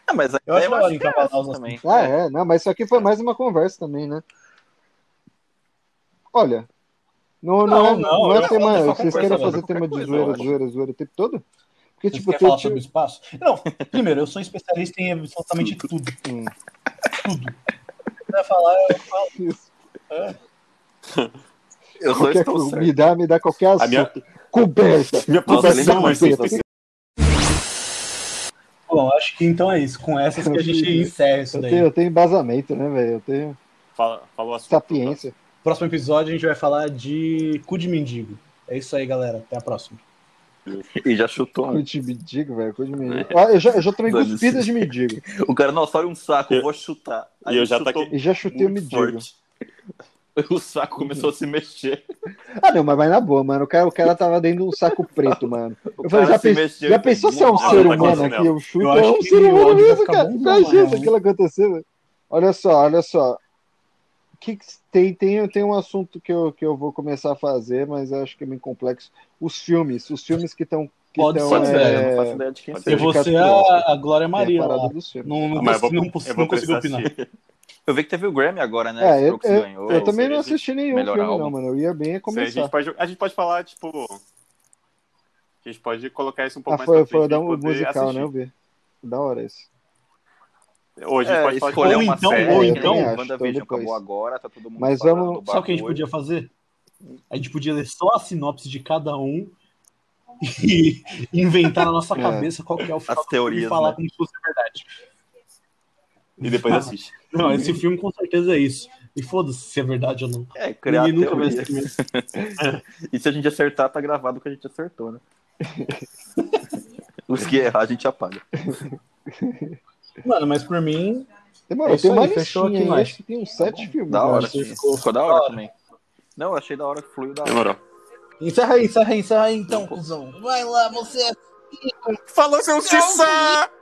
[SPEAKER 3] Ah, mas a
[SPEAKER 2] Eu acho
[SPEAKER 3] ideia
[SPEAKER 2] da hora
[SPEAKER 3] que é
[SPEAKER 2] encavalar
[SPEAKER 3] essa
[SPEAKER 2] os
[SPEAKER 3] também.
[SPEAKER 4] Ah, é, não, mas isso aqui foi mais uma conversa também, né? Olha, não, não, é,
[SPEAKER 2] Não,
[SPEAKER 4] não,
[SPEAKER 2] não,
[SPEAKER 4] é
[SPEAKER 2] eu ia
[SPEAKER 4] tema.
[SPEAKER 2] falar dessa
[SPEAKER 4] Vocês
[SPEAKER 3] conversa,
[SPEAKER 4] querem
[SPEAKER 3] mas
[SPEAKER 4] fazer
[SPEAKER 3] qualquer
[SPEAKER 4] tema de
[SPEAKER 3] coisa,
[SPEAKER 4] zoeira,
[SPEAKER 3] eu acho.
[SPEAKER 4] zoeira, zoeira o tempo todo? Porque,
[SPEAKER 2] Você
[SPEAKER 4] tipo,
[SPEAKER 2] quer falar
[SPEAKER 4] tinha-
[SPEAKER 2] sobre o espaço? É Não, primeiro, eu sou um especialista em absolutamente tudo.
[SPEAKER 4] Hum.
[SPEAKER 2] Tudo. Você vai falar, eu falo.
[SPEAKER 4] isso.
[SPEAKER 3] Eu sou
[SPEAKER 4] Qualquer,
[SPEAKER 3] estou certo.
[SPEAKER 4] me, dá, me dá qualquer assunto.
[SPEAKER 1] A minha,
[SPEAKER 4] Coberta!
[SPEAKER 1] minha
[SPEAKER 3] Nossa,
[SPEAKER 4] Conversa
[SPEAKER 1] profissão
[SPEAKER 4] com
[SPEAKER 1] é ser
[SPEAKER 4] você.
[SPEAKER 1] especialista.
[SPEAKER 2] Bom, acho que então é isso. Com essas que a gente encerra isso
[SPEAKER 4] Eu tenho,
[SPEAKER 2] daí.
[SPEAKER 4] eu tenho embasamento, né, velho? Eu tenho
[SPEAKER 1] Fala, falou assunto.
[SPEAKER 4] sapiência.
[SPEAKER 2] Próximo episódio a gente vai falar de cu de mendigo. É isso aí, galera. Até a próxima.
[SPEAKER 3] E já
[SPEAKER 2] Ah.
[SPEAKER 3] chutou um.
[SPEAKER 4] Coisa de mendigo, velho. Coisa de mendigo.
[SPEAKER 2] É.
[SPEAKER 4] Ah, eu, já, eu já tomei
[SPEAKER 3] Dane-se.
[SPEAKER 4] cuspida de mendigo.
[SPEAKER 3] O cara, não, só olha um saco,
[SPEAKER 1] Eu-
[SPEAKER 3] vou chutar.
[SPEAKER 1] e eu
[SPEAKER 3] ele
[SPEAKER 1] já tá
[SPEAKER 3] chutou
[SPEAKER 1] taquei-
[SPEAKER 4] E já chutei o
[SPEAKER 3] muito
[SPEAKER 4] mendigo.
[SPEAKER 3] forte. O saco começou a se mexer.
[SPEAKER 4] Ah, não, mas vai na boa, mano. O cara, o cara tava dentro de um saco preto, mano.
[SPEAKER 3] O
[SPEAKER 4] Eu falei,
[SPEAKER 3] cara
[SPEAKER 4] já,
[SPEAKER 3] se
[SPEAKER 4] pens-
[SPEAKER 3] mexeu
[SPEAKER 4] já
[SPEAKER 3] e
[SPEAKER 4] pensou se
[SPEAKER 3] foi
[SPEAKER 4] é um
[SPEAKER 3] muito-
[SPEAKER 1] Ah,
[SPEAKER 4] ser
[SPEAKER 1] vai com
[SPEAKER 4] humano
[SPEAKER 1] isso
[SPEAKER 4] aqui? Eu chuto,
[SPEAKER 2] tá Eu
[SPEAKER 4] é
[SPEAKER 2] acho
[SPEAKER 4] um
[SPEAKER 2] que
[SPEAKER 4] ser
[SPEAKER 2] o
[SPEAKER 4] humano
[SPEAKER 2] áudio vai
[SPEAKER 4] mesmo,
[SPEAKER 2] ficar
[SPEAKER 4] cara.
[SPEAKER 2] bom,
[SPEAKER 4] Imagina
[SPEAKER 2] não,
[SPEAKER 4] isso
[SPEAKER 2] não.
[SPEAKER 4] aquilo acontecer, velho. Olha só, olha só. Que que- tem, tem, tem um assunto que eu, que eu vou começar a fazer, mas eu acho que é meio complexo. Os filmes, os filmes que estão. Que
[SPEAKER 2] Pode
[SPEAKER 4] tão,
[SPEAKER 3] Pode ser,
[SPEAKER 4] é,
[SPEAKER 3] eu não faço ideia de quem
[SPEAKER 1] Pode ser.
[SPEAKER 2] Eu
[SPEAKER 3] seja.
[SPEAKER 2] vou ser a,
[SPEAKER 1] um.
[SPEAKER 2] a Glória Maria.
[SPEAKER 4] é a parada
[SPEAKER 2] lá.
[SPEAKER 4] dos filmes.
[SPEAKER 2] Não, não,
[SPEAKER 1] Ah, mas eu
[SPEAKER 2] consegui-
[SPEAKER 1] vou-
[SPEAKER 2] não,
[SPEAKER 1] eu
[SPEAKER 2] consegui-
[SPEAKER 1] vou
[SPEAKER 2] não consigo
[SPEAKER 1] precisar
[SPEAKER 2] opinar.
[SPEAKER 1] assistir.
[SPEAKER 3] Eu vi que teve o Grammy agora, né?
[SPEAKER 4] É,
[SPEAKER 3] Esse
[SPEAKER 4] eu,
[SPEAKER 3] Brooks
[SPEAKER 4] eu-
[SPEAKER 3] ganhou.
[SPEAKER 4] eu também
[SPEAKER 1] seria
[SPEAKER 4] não
[SPEAKER 1] de
[SPEAKER 4] assisti nenhum
[SPEAKER 3] melhor
[SPEAKER 4] filme, não,
[SPEAKER 3] álbum.
[SPEAKER 4] mano. Eu ia bem
[SPEAKER 1] Sim, A
[SPEAKER 4] começar.
[SPEAKER 1] gente, pode, a gente pode falar, tipo. A gente pode colocar isso um pouco
[SPEAKER 4] Ah,
[SPEAKER 1] mais
[SPEAKER 4] foi,
[SPEAKER 1] pra
[SPEAKER 4] foi
[SPEAKER 1] frente pra
[SPEAKER 4] dar um
[SPEAKER 1] poder
[SPEAKER 4] musical,
[SPEAKER 1] assistir.
[SPEAKER 4] né? Eu vi. Da hora isso.
[SPEAKER 1] Ou a gente
[SPEAKER 3] É,
[SPEAKER 1] pode falar um
[SPEAKER 3] escolher
[SPEAKER 2] Ou
[SPEAKER 3] uma
[SPEAKER 2] então-
[SPEAKER 3] série.
[SPEAKER 2] ou
[SPEAKER 3] que
[SPEAKER 2] então-
[SPEAKER 3] nem
[SPEAKER 4] acho,
[SPEAKER 3] WandaVision
[SPEAKER 4] então
[SPEAKER 3] acabou
[SPEAKER 4] depois.
[SPEAKER 3] agora, tá todo mundo
[SPEAKER 4] Mas
[SPEAKER 3] falando
[SPEAKER 4] vamos-
[SPEAKER 3] do
[SPEAKER 2] Sabe o que a gente
[SPEAKER 3] bagulho.
[SPEAKER 2] podia fazer? A gente podia ler só a sinopse de cada um e inventar na nossa
[SPEAKER 4] É.
[SPEAKER 2] cabeça qual que é o final
[SPEAKER 3] As teorias,
[SPEAKER 2] e falar
[SPEAKER 3] né?
[SPEAKER 2] como se fosse verdade.
[SPEAKER 1] e depois assiste.
[SPEAKER 2] Não, esse filme com certeza é isso. E foda-se se é verdade ou não.
[SPEAKER 3] É, criar
[SPEAKER 2] Ninguém nunca viu
[SPEAKER 3] teoria.
[SPEAKER 2] esse filme.
[SPEAKER 3] E se a gente acertar, tá gravado o que a gente acertou, né? Os que errar, a gente apaga.
[SPEAKER 2] Mano, mas por mim,
[SPEAKER 4] Demorou,
[SPEAKER 2] É
[SPEAKER 4] tem
[SPEAKER 2] isso
[SPEAKER 4] uma
[SPEAKER 2] aí, fechou
[SPEAKER 4] listinha
[SPEAKER 2] aqui mais.
[SPEAKER 4] aí,
[SPEAKER 2] Tá
[SPEAKER 4] acho que tem uns sete filmes.
[SPEAKER 3] Da
[SPEAKER 4] eu
[SPEAKER 3] hora.
[SPEAKER 4] né? acho.
[SPEAKER 3] Ficou, da hora, também. Não, eu achei da hora que fluiu da hora.
[SPEAKER 1] Demorou.
[SPEAKER 2] encerra aí, encerra aí, encerra aí então, cuzão. Vai lá, você é
[SPEAKER 1] Falou, seu Cissa!